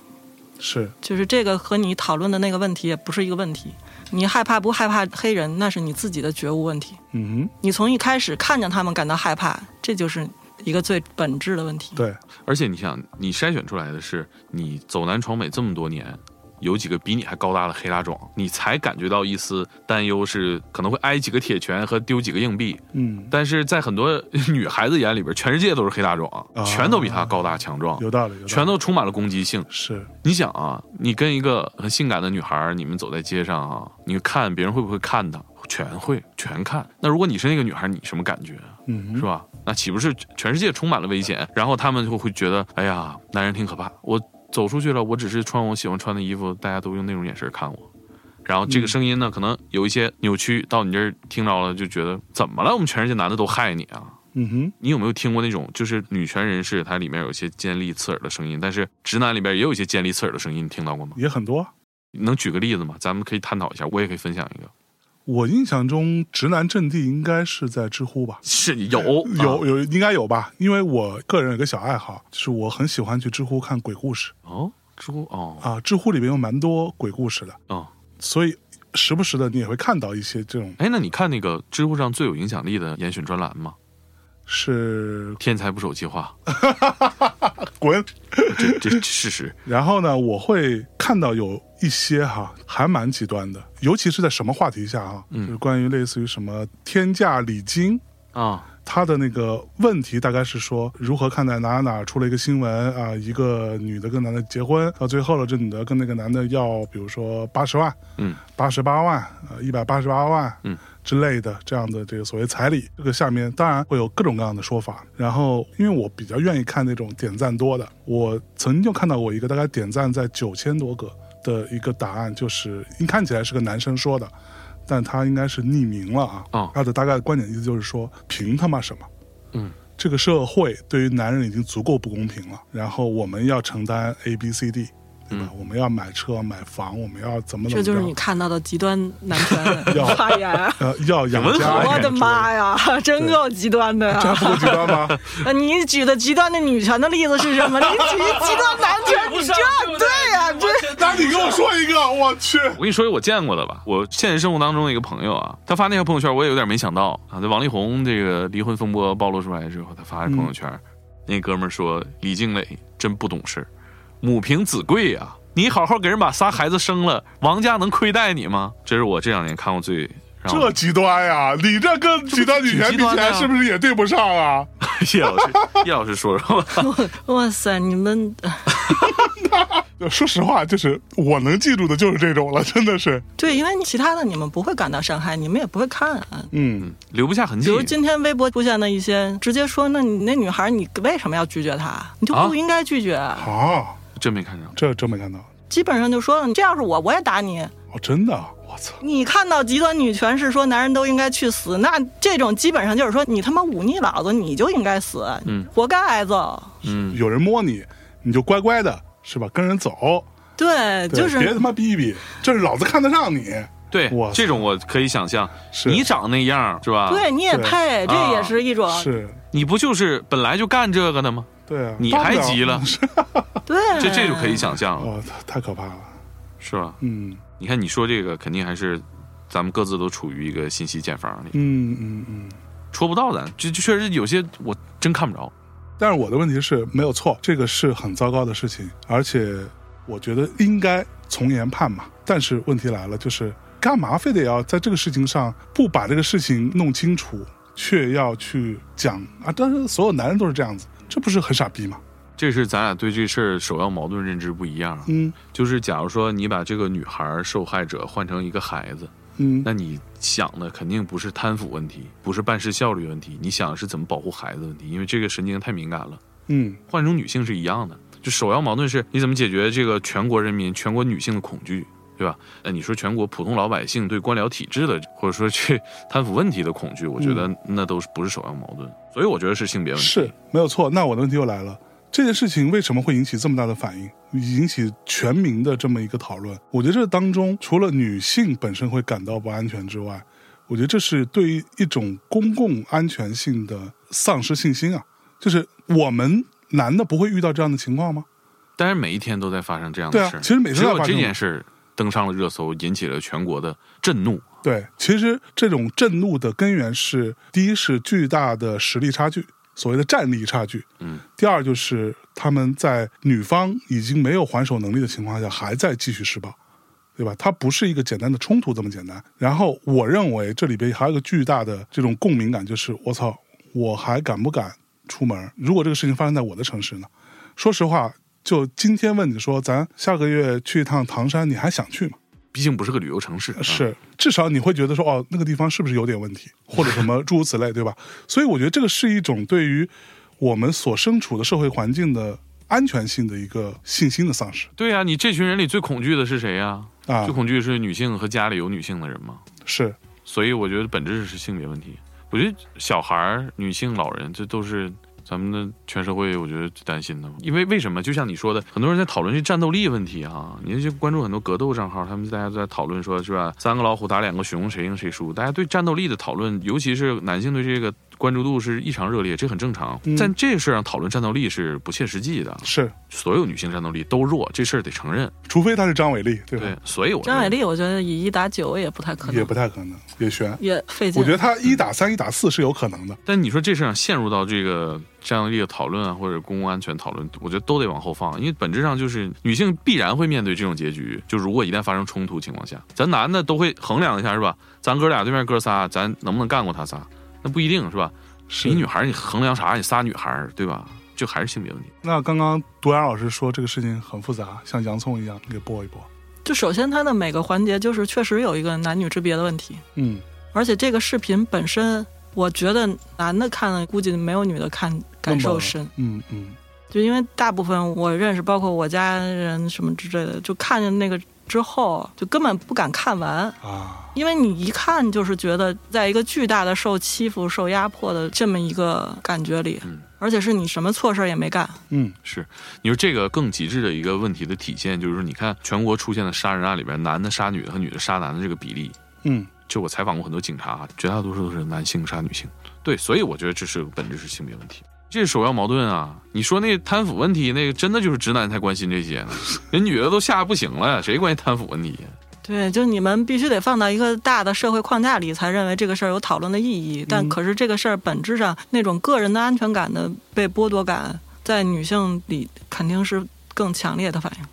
Speaker 1: 是
Speaker 3: 就是这个和你讨论的那个问题也不是一个问题。你害怕不害怕黑人，那是你自己的觉悟问题。
Speaker 1: 嗯
Speaker 3: 你从一开始看见他们感到害怕，这就是一个最本质的问题。
Speaker 1: 对，
Speaker 2: 而且你想，你筛选出来的是你走南闯北这么多年，有几个比你还高大的黑拉壮，你才感觉到一丝担忧，是可能会挨几个铁拳和丢几个硬币。
Speaker 1: 嗯，
Speaker 2: 但是在很多 女孩子眼里边，全世界都是黑大壮，全都比她高大强壮，
Speaker 1: 有道理，有道理
Speaker 2: 全都充满了攻击性。
Speaker 1: 是
Speaker 2: 你想啊，你跟一个很性感的女孩，你们走在街上啊，你看别人会不会看她？全会，全看。那如果你是那个女孩，你什么感觉啊？
Speaker 1: 嗯
Speaker 2: 是吧？那岂不是全世界充满了危险？然后他们就会觉得，哎呀，男人挺可怕。我走出去了，我只是穿我喜欢穿的衣服，大家都用那种眼神看我。然后这个声音呢，可能有一些扭曲，到你这儿听着了，就觉得怎么了？我们全世界男的都害你啊！
Speaker 1: 嗯哼，
Speaker 2: 你有没有听过那种，就是女权人士，它里面有一些尖利刺耳的声音，但是直男里边也有一些尖利刺耳的声音，你听到过吗？
Speaker 1: 也很多。
Speaker 2: 能举个例子吗？咱们可以探讨一下，我也可以分享一个。
Speaker 1: 我印象中，直男阵地应该是在知乎吧？
Speaker 2: 是有
Speaker 1: 有
Speaker 2: 啊
Speaker 1: 有，应该有吧？因为我个人有个小爱好，就是我很喜欢去知乎看鬼故事
Speaker 2: 哦，猪哦
Speaker 1: 啊。知乎里边有蛮多鬼故事的，
Speaker 2: 哦，
Speaker 1: 所以时不时的你也会看到一些这种
Speaker 2: 哎，那你看那个知乎上最有影响力的严选专栏吗？
Speaker 1: 是
Speaker 2: 天才捕手计划，
Speaker 1: 滚。
Speaker 2: 这这事实。
Speaker 1: 然后呢，我会看到有一些哈还蛮极端的，尤其是在什么话题下哈，就是关于类似于什么天价礼金。
Speaker 2: 啊，
Speaker 1: 他的那个问题大概是说，如何看待哪哪哪出了一个新闻啊，一个女的跟男的结婚，到最后了，这女的跟那个男的要，比如说八十万，
Speaker 2: 嗯，
Speaker 1: 八十八万，呃，一百八十八万，
Speaker 2: 嗯
Speaker 1: 之类的这样的这个所谓彩礼，这个下面当然会有各种各样的说法。然后，因为我比较愿意看那种点赞多的，我曾经就看到过一个大概点赞在九千多个的一个答案，就是你看起来是个男生说的，但他应该是匿名了啊。
Speaker 2: 哦
Speaker 1: 他的大概的观点意思就是说，凭他妈什么？
Speaker 2: 嗯，
Speaker 1: 这个社会对于男人已经足够不公平了，然后我们要承担 A B C D，对
Speaker 2: 嗯
Speaker 1: 吧？我们要买车买房，我们要怎么怎
Speaker 3: 这
Speaker 1: 么
Speaker 3: 就是
Speaker 1: 着
Speaker 3: 你看到的极端男权
Speaker 1: 要
Speaker 3: 发 言。啊
Speaker 1: 呃，要养
Speaker 2: 文
Speaker 1: 家
Speaker 2: 豪
Speaker 1: 什
Speaker 2: 啊
Speaker 1: 么
Speaker 3: 我
Speaker 1: 之
Speaker 3: 的
Speaker 1: 类，
Speaker 3: 妈呀，真够极端的
Speaker 1: 这还
Speaker 3: 呀！
Speaker 1: 不够极端吗？
Speaker 3: 你举的极端的女权的例子是什么？你举极端男权，你这对呀、这
Speaker 1: 那你跟我说一个，我去，
Speaker 2: 我跟你说一个我见过的吧，我现实生活当中的一个朋友啊，他发那条朋友圈，我也有点没想到啊。在王力宏这个离婚风波暴露出来之后，他发的朋友圈，那哥们儿说李静蕾真不懂事儿，母凭子贵啊呀、你好好给人把仨孩子生了，王家能亏待你吗？这是我这两年看过最然后
Speaker 1: 这极端呀！你这跟极端女权比起来，是不是也对不上啊？
Speaker 2: 叶老师，叶老师说说吧，
Speaker 3: 哇塞，你们
Speaker 1: 说实话，就是我能记住的就是这种了， 真的是。
Speaker 3: 对，因为其他的你们不会感到伤害，你们也不会看啊。
Speaker 1: 嗯，
Speaker 2: 留不下痕
Speaker 3: 比
Speaker 2: 迹。
Speaker 3: 如今天微博出现的一些，直接说，那你那女孩你为什么要拒绝她？你就
Speaker 2: 啊
Speaker 3: 不应该拒绝。
Speaker 1: 啊，
Speaker 2: 真没看上，
Speaker 1: 这真没看到。
Speaker 3: 基本上就说了，你这要是我，我也打你。
Speaker 1: 哦，真的啊，我操！
Speaker 3: 你看到极端女权是说男人都应该去死，那这种基本上就是说你他妈忤逆老子，你就应该死，
Speaker 2: 嗯
Speaker 3: 活该挨揍。
Speaker 2: 嗯，
Speaker 1: 有人摸你，你就乖乖的，是吧？跟人走，
Speaker 3: 对，
Speaker 1: 对
Speaker 3: 就是
Speaker 1: 别他妈逼逼，这是老子看得上你。
Speaker 2: 对
Speaker 1: 哇，
Speaker 2: 这种我可以想象，
Speaker 1: 是
Speaker 2: 你长那样是吧？
Speaker 3: 对，你也
Speaker 1: 对
Speaker 3: 配，这也
Speaker 2: 啊
Speaker 3: 是一种、
Speaker 1: 是，
Speaker 2: 你不就是本来就干这个的吗？
Speaker 1: 对啊，
Speaker 2: 你
Speaker 1: 当不
Speaker 2: 还急了
Speaker 1: 是
Speaker 3: 对，
Speaker 2: 这这就可以想象了，
Speaker 1: 哦，太太可怕了。
Speaker 2: 是吧？
Speaker 1: 嗯
Speaker 2: 你看你说这个，肯定还是咱们各自都处于一个信息茧房里，
Speaker 1: 嗯嗯嗯。
Speaker 2: 戳不到咱。这这确实有些我真看不着。
Speaker 1: 但是我的问题是没有错，这个是很糟糕的事情，而且我觉得应该从严判嘛。但是问题来了，就是干嘛非得要在这个事情上不把这个事情弄清楚，却要去讲啊？但是所有男人都是这样子，这不是很傻逼吗？
Speaker 2: 这是咱俩对这事儿首要矛盾认知不一样啊。
Speaker 1: 嗯
Speaker 2: 就是假如说你把这个女孩儿受害者换成一个孩子，
Speaker 1: 嗯，
Speaker 2: 那你想的肯定不是贪腐问题，不是办事效率问题，你想的是怎么保护孩子问题，因为这个神经太敏感了。
Speaker 1: 嗯
Speaker 2: 换成女性是一样的，就首要矛盾是你怎么解决这个全国人民、全国女性的恐惧，对吧？那你说全国普通老百姓对官僚体制的，或者说去贪腐问题的恐惧，我觉得那都是不是首要矛盾，所以我觉得是性别问题。
Speaker 1: 嗯是没有错。那我的问题又来了，这件事情为什么会引起这么大的反应，引起全民的这么一个讨论？我觉得这当中除了女性本身会感到不安全之外，我觉得这是对于一种公共安全性的丧失信心啊。就是我们男的不会遇到这样的情况吗？
Speaker 2: 但是每一天都在发生这样
Speaker 1: 对
Speaker 2: 的
Speaker 1: 啊
Speaker 2: 事儿，
Speaker 1: 其实每天
Speaker 2: 只
Speaker 1: 都在
Speaker 2: 有
Speaker 1: 发生
Speaker 2: 这件事儿登上了热搜，引起了全国的震怒。
Speaker 1: 对，其实这种震怒的根源是，第一是巨大的实力差距，所谓的战力差距，
Speaker 2: 嗯，
Speaker 1: 第二就是他们在女方已经没有还手能力的情况下，还在继续施暴，对吧？它不是一个简单的冲突这么简单。然后我认为这里边还有一个巨大的这种共鸣感，就是我操，我还敢不敢出门？如果这个事情发生在我的城市呢？说实话，就今天问你说，咱下个月去一趟唐山，你还想去吗？
Speaker 2: 毕竟不是个旅游城市，啊
Speaker 1: 是，至少你会觉得说，哦，那个地方是不是有点问 题，或者什么诸如此类，对吧？所以我觉得这个是一种对于我们所身处的社会环境的安全性的一个信心的丧失
Speaker 2: 对呀、你这群人里最恐惧的是谁呀、
Speaker 1: 啊
Speaker 2: 最，恐惧是女性和家里有女性的人吗？
Speaker 1: 是
Speaker 2: 所以我觉得本质是性别问题。我觉得小孩儿、女性、老人，这都是咱们的全社会，我觉得最担心的。因为为什么？就像你说的，很多人在讨论这战斗力问题啊。你就关注很多格斗账号，他们大家都在讨论说，是吧？三个老虎打两个熊，谁赢谁输？大家对战斗力的讨论，尤其是男性对这个关注度是异常热烈，这很正常
Speaker 1: 嗯。
Speaker 2: 但这事儿上讨论战斗力是不切实际的。
Speaker 1: 是，
Speaker 2: 所有女性战斗力都弱，这事儿得承认。
Speaker 1: 除非他是张伟丽，对吧？
Speaker 2: 对，所以我
Speaker 3: 张伟丽，我觉得以一打九也不太可能，
Speaker 1: 也不太可能，嗯也悬。
Speaker 3: 也费劲。
Speaker 1: 我觉得他一打三、一打四是有可能的，
Speaker 2: 但你说这事上陷入到这个战斗力的讨论啊，或者公共安全讨论，我觉得都得往后放，因为本质上就是女性必然会面对这种结局。就如果一旦发生冲突情况下，咱男的都会衡量一下，是吧？咱哥俩对面哥仨，咱能不能干过他仨？那不一定是吧？
Speaker 1: 是
Speaker 2: 你女孩儿你衡量啥？你仨女孩儿对吧？就还是性别问题。
Speaker 1: 那刚刚独眼老师说这个事情很复杂，像洋葱一样，你给剥一剥。
Speaker 3: 就首先它的每个环节就是确实有一个男女之别的问题，
Speaker 1: 嗯，
Speaker 3: 而且这个视频本身，我觉得男的看了估计没有女的看感受深，
Speaker 1: 嗯嗯
Speaker 3: 就因为大部分我认识，包括我家人什么之类的，就看见那个之后就根本不敢看完，
Speaker 1: 啊，
Speaker 3: 因为你一看就是觉得在一个巨大的受欺负、受压迫的这么一个感觉里，
Speaker 2: 嗯
Speaker 3: 而且是你什么错事儿也没干，
Speaker 1: 嗯
Speaker 2: 是，你说这个更极致的一个问题的体现，就是说，你看全国出现的杀人案里边，男的杀女的和女的杀男的这个比例，
Speaker 1: 嗯，
Speaker 2: 就我采访过很多警察，绝大多数都是男性杀女性。对，所以我觉得这是本质是性别问题，这是首要矛盾啊！你说那贪腐问题，那个真的就是直男才关心这些 呢，人女的都吓得不行了，谁关心贪腐问题？
Speaker 3: 对，就你们必须得放到一个大的社会框架里，才认为这个事儿有讨论的意义。但
Speaker 1: 嗯
Speaker 3: 可是这个事儿本质上，那种个人的安全感的被剥夺感，在女性里肯定是更强烈的反应。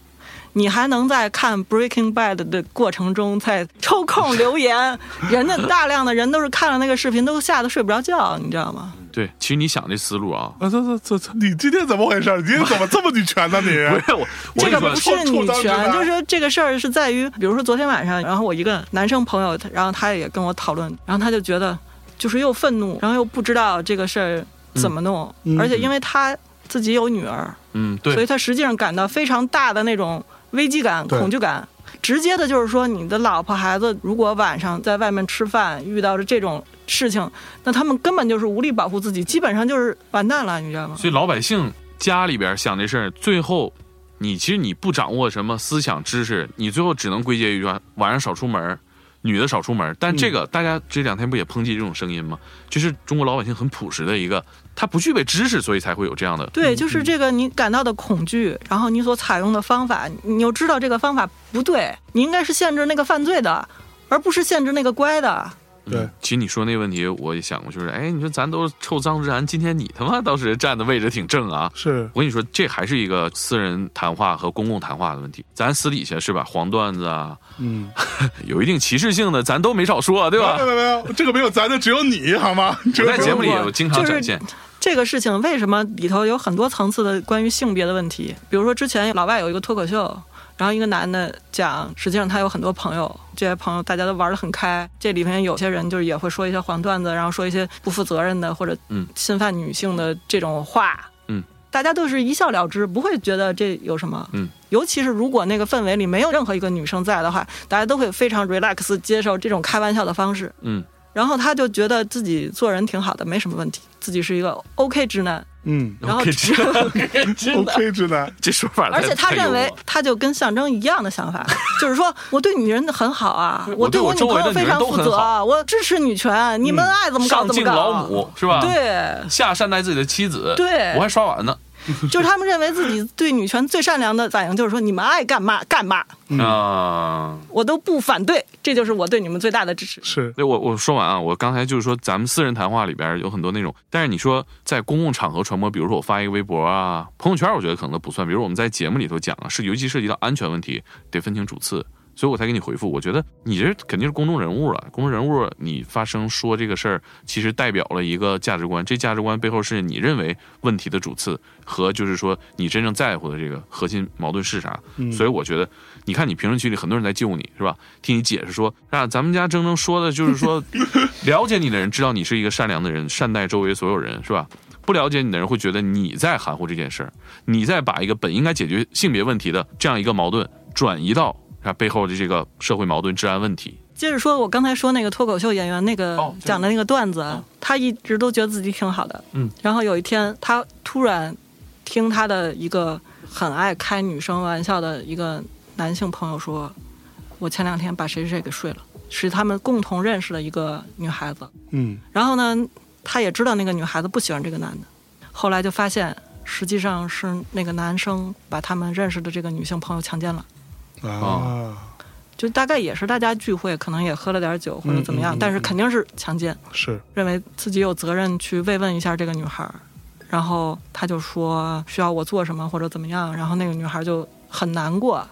Speaker 3: 你还能在看 Breaking Bad 的过程中再抽空留言， 人家大量的人都是看了那个视频都吓得睡不着觉，你知道吗？
Speaker 2: 对，其实你想这思路啊，
Speaker 1: 啊，这这这这，你今天怎么回事？你今天怎么这么女权呢？你
Speaker 2: 不是我，我
Speaker 3: 这个
Speaker 2: 跟
Speaker 3: 不
Speaker 2: 你说，
Speaker 3: 是女
Speaker 1: 臭臭脏
Speaker 3: 权，
Speaker 1: 直
Speaker 3: 就
Speaker 1: 男
Speaker 3: 是说这个事儿是在于，比如说昨天晚上，然后我一个男生朋友，然后他也跟我讨论，然后他就觉得就是又愤怒，然后又不知道这个事儿怎么弄，
Speaker 1: 嗯嗯
Speaker 3: 而且因为他自己有女儿，
Speaker 2: 嗯，
Speaker 3: 所
Speaker 2: 对
Speaker 3: 以他实际上感到非常大的那种危机感、
Speaker 1: 对
Speaker 3: 恐惧感。直接的就是说，你的老婆孩子如果晚上在外面吃饭遇到这种事情，那他们根本就是无力保护自己，基本上就是完蛋了，你知道吗？
Speaker 2: 所以老百姓家里边想这事儿，最后你其实你不掌握什么思想知识，你最后只能归结于说晚上少出门儿，女的少出门儿。但这个、大家这两天不也抨击这种声音吗？就是中国老百姓很朴实的一个，他不具备知识，所以才会有这样的。
Speaker 3: 对，就是这个你感到的恐惧，然后你所采用的方法，你又知道这个方法不对，你应该是限制那个犯罪的，而不是限制那个乖的。
Speaker 1: 对，
Speaker 2: 嗯其实你说那问题，我也想过，就是哎，你说咱都是臭脏之男，今天你他妈倒是站的位置挺正啊。
Speaker 1: 是
Speaker 2: 我跟你说，这还是一个私人谈话和公共谈话的问题。咱私底下是吧，黄段子啊，
Speaker 1: 嗯，
Speaker 2: 有一定歧视性的，咱都没少说，对吧
Speaker 1: 没？有没有，这个没有咱的，只有你好吗？只
Speaker 2: 我
Speaker 1: 有
Speaker 2: 在节目里
Speaker 1: 我
Speaker 2: 有经常展现，
Speaker 3: 这个事情为什么里头有很多层次的关于性别的问题？比如说之前老外有一个脱口秀，然后一个男的讲，实际上他有很多朋友，这些朋友大家都玩得很开，这里面有些人就是也会说一些黄段子，然后说一些不负责任的或者
Speaker 2: 嗯
Speaker 3: 侵犯女性的这种话，
Speaker 2: 嗯。
Speaker 3: 大家都是一笑了之，不会觉得这有什么。
Speaker 2: 嗯，
Speaker 3: 尤其是如果那个氛围里没有任何一个女生在的话，大家都会非常 relax 接受这种开玩笑的方式。
Speaker 2: 嗯，
Speaker 3: 然后他就觉得自己做人挺好的，没什么问题，自己是一个 OK 直男。
Speaker 1: 嗯
Speaker 3: 然后
Speaker 2: OK 直 男
Speaker 1: ，OK 直男，
Speaker 2: 这说 法太，
Speaker 3: 而且他
Speaker 2: 太幽
Speaker 3: 认
Speaker 2: 默
Speaker 3: 为
Speaker 2: 了，
Speaker 3: 他就跟象征一样的想法， 就是说我对女人很好 啊，我对我女朋友非常负
Speaker 2: 我对我周围的女人都
Speaker 3: 责
Speaker 2: 很嗯
Speaker 3: 啊，我支持女权，你们爱怎么搞
Speaker 2: 上
Speaker 3: 怎么
Speaker 2: 敬
Speaker 3: 搞。啊
Speaker 2: 老母啊是吧？，
Speaker 3: 对，
Speaker 2: 下善待自己的妻子，
Speaker 3: 对
Speaker 2: 我还刷碗呢，
Speaker 3: 就是他们认为自己对女权最善良的反应，就是说你们爱干嘛干嘛，
Speaker 2: 啊。
Speaker 3: 我都不反对，这就是我对你们最大的支持。
Speaker 1: 是
Speaker 2: 对，我我说完啊，我刚才就是说，咱们私人谈话里边有很多那种，但是你说在公共场合传播，比如说我发一个微博啊、朋友圈，我觉得可能都不算。比如我们在节目里头讲啊，是尤其涉及到安全问题，得分清主次，所以我才给你回复。我觉得你这肯定是公众人物了，公众人物你发声说这个事儿，其实代表了一个价值观，这价值观背后是你认为问题的主次和就是说你真正在乎的这个核心矛盾是啥。嗯
Speaker 1: 嗯
Speaker 2: 所以我觉得，你看你评论区里很多人在救你，是吧？替你解释说啊，咱们家铮铮说的就是说， 了解你的人知道你是一个善良的人，善待周围所有人，是吧？不了解你的人会觉得你在含糊这件事儿，你在把一个本应该解决性别问题的这样一个矛盾转移到啊背后的这个社会矛盾、治安问题。
Speaker 3: 接着说，我刚才说那个脱口秀演员那个
Speaker 2: 哦
Speaker 3: 讲的那个段子，啊，他一直都觉得自己挺好的。
Speaker 2: 嗯，
Speaker 3: 然后有一天，他突然听他的一个很爱开女生玩笑的一个男性朋友说：“我前两天把谁谁谁给睡了，是他们共同认识的一个女孩子。”
Speaker 1: 嗯
Speaker 3: 然后呢，他也知道那个女孩子不喜欢这个男的，后来就发现实际上是那个男生把他们认识的这个女性朋友强奸了。
Speaker 1: 啊
Speaker 3: 就大概也是大家聚会，可能也喝了点酒或者怎么
Speaker 1: 嗯
Speaker 3: 样，
Speaker 1: 嗯嗯嗯
Speaker 3: 但是肯定是强奸，
Speaker 1: 是
Speaker 3: 认为自己有责任去慰问一下这个女孩儿，然后他就说需要我做什么或者怎么样，然后那个女孩儿就很难过，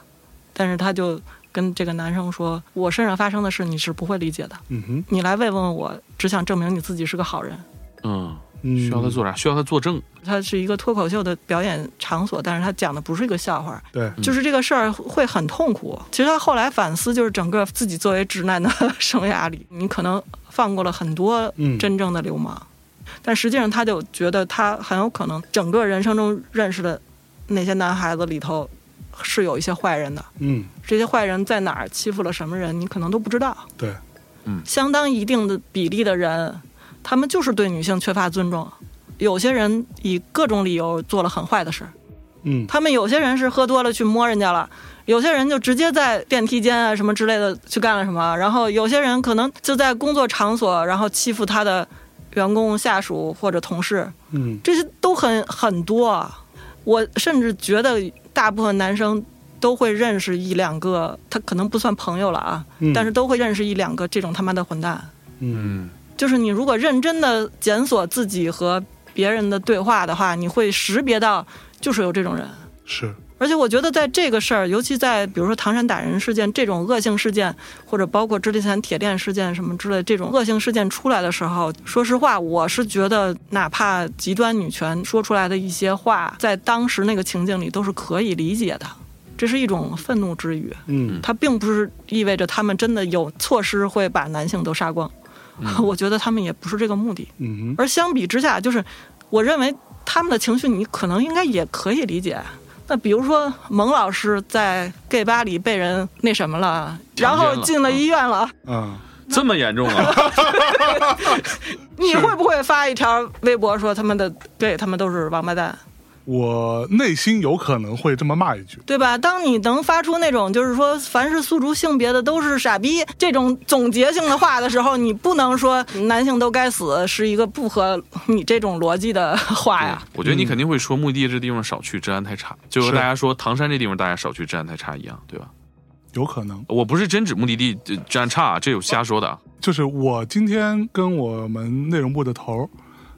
Speaker 3: 但是他就跟这个男生说，我身上发生的事你是不会理解的，
Speaker 1: 嗯哼
Speaker 3: 你来慰问我，只想证明你自己是个好人。
Speaker 2: 嗯，
Speaker 1: 嗯
Speaker 2: 需要他做啥？需要他作证。
Speaker 3: 它是一个脱口秀的表演场所，但是他讲的不是一个笑话，
Speaker 2: 嗯
Speaker 1: 对
Speaker 3: 就是这个事儿会很痛苦。其实他后来反思，就是整个自己作为直男的生涯里，你可能放过了很多
Speaker 1: 嗯
Speaker 3: 真正的流氓，但实际上他就觉得他很有可能整个人生中认识的那些男孩子里头是有一些坏人的，
Speaker 1: 嗯
Speaker 3: 这些坏人在哪儿欺负了什么人，你可能都不知道。
Speaker 1: 对
Speaker 3: 相当一定的比例的人，他们就是对女性缺乏尊重。有些人以各种理由做了很坏的事，
Speaker 1: 嗯
Speaker 3: 他们有些人是喝多了去摸人家了，有些人就直接在电梯间啊什么之类的去干了什么，然后有些人可能就在工作场所，然后欺负他的员工、下属或者同事，
Speaker 1: 嗯
Speaker 3: 这些都很很多啊。我甚至觉得大部分男生都会认识一两个，他可能不算朋友了啊，
Speaker 1: 嗯
Speaker 3: 但是都会认识一两个这种他妈的混蛋。
Speaker 1: 嗯
Speaker 2: 嗯，
Speaker 3: 就是你如果认真的检索自己和别人的对话的话，你会识别到就是有这种人。
Speaker 1: 是
Speaker 3: 而且我觉得在这个事儿，尤其在比如说唐山打人事件这种恶性事件，或者包括知立山铁链事件什么之类这种恶性事件出来的时候，说实话，我是觉得哪怕极端女权说出来的一些话，在当时那个情境里都是可以理解的。这是一种愤怒之语，
Speaker 2: 嗯
Speaker 1: 嗯
Speaker 3: 它并不是意味着他们真的有措施会把男性都杀光。 我觉得他们也不是这个目的。
Speaker 1: 嗯
Speaker 3: 而相比之下，就是我认为他们的情绪你可能应该也可以理解。那比如说蒙老师在 gay 吧里被人那什么了，
Speaker 2: 强奸
Speaker 3: 然
Speaker 2: 了嗯
Speaker 3: 后进了医院了，
Speaker 1: 哼啊，
Speaker 2: 这么严重 啊？
Speaker 3: 你会不会发一条微博说他们的 gay 他们都是王八蛋？
Speaker 1: 我内心有可能会这么骂一句，
Speaker 3: 对吧？当你能发出那种就是说凡是诉诸性别的都是傻逼这种总结性的话的时候，你不能说男性都该死是一个不合你这种逻辑的话呀。
Speaker 2: 我觉得你肯定会说墓地这地方少去，治安太差，就和
Speaker 1: 是
Speaker 2: 大家说唐山这地方大家少去，治安太差一样，对吧？
Speaker 1: 有可能。
Speaker 2: 我不是真指目的地呃治安差啊，这有瞎说的啊。
Speaker 1: 就是我今天跟我们内容部的头儿，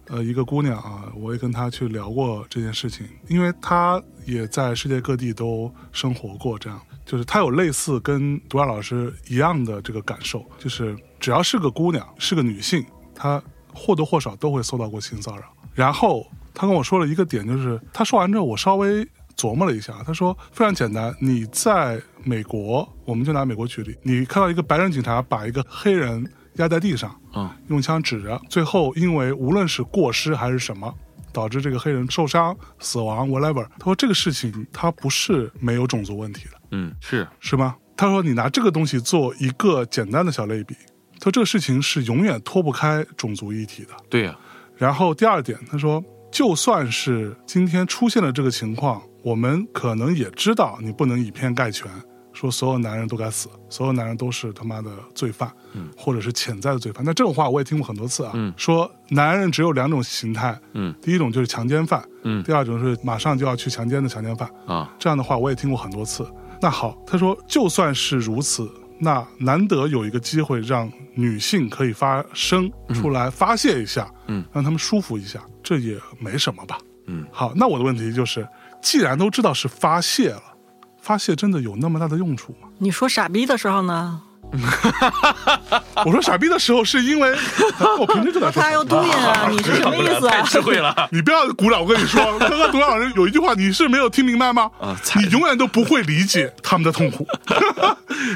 Speaker 1: 呃，一个姑娘啊，我也跟她去聊过这件事情，因为她也在世界各地都生活过，这样就是她有类似跟毒辣老师一样的这个感受，就是只要是个姑娘，是个女性，她或多或少都会受到过性骚扰。然后她跟我说了一个点，就是她说完之后，我稍微琢磨了一下，他说非常简单，你在美国，我们就拿美国举例，你看到一个白人警察把一个黑人压在地上，
Speaker 2: 嗯，
Speaker 1: 用枪指着，最后因为无论是过失还是什么。导致这个黑人受伤、死亡，whatever。他说这个事情它不是没有种族问题的，
Speaker 2: 嗯，是
Speaker 1: 是吗？他说你拿这个东西做一个简单的小类比，他说这个事情是永远脱不开种族议题的。
Speaker 2: 对呀、
Speaker 1: 然后第二点，他说，就算是今天出现了这个情况，我们可能也知道你不能以偏概全，说所有男人都该死，所有男人都是他妈的罪犯，
Speaker 2: 嗯
Speaker 1: 或者是潜在的罪犯。那这种话我也听过很多次啊，
Speaker 2: 嗯
Speaker 1: 说男人只有两种形态，
Speaker 2: 嗯
Speaker 1: 第一种就是强奸犯，
Speaker 2: 嗯
Speaker 1: 第二种是马上就要去强奸的强奸犯。
Speaker 2: 啊，
Speaker 1: 这样的话我也听过很多次。那好，他说就算是如此，那难得有一个机会让女性可以发声出来发泄一下，
Speaker 2: 嗯，
Speaker 1: 让他们舒服一下，这也没什么吧。
Speaker 2: 嗯，
Speaker 1: 好，那我的问题就是，既然都知道是发泄了，发泄真的有那么大的用处 吗？
Speaker 3: 你说傻逼的时候呢，
Speaker 1: 我说傻逼的时候是因 为我平时就在说
Speaker 3: 他
Speaker 1: 傻
Speaker 3: 有
Speaker 1: 逼
Speaker 3: 毒瘾啊，你是什么意 思
Speaker 2: 太
Speaker 3: 啊？
Speaker 2: 智慧了
Speaker 1: 你不要鼓掌，我跟你说，刚刚董老师有一句话你是没有听明白吗？
Speaker 2: 啊！踩
Speaker 1: 你永远都不会理解他们的痛苦。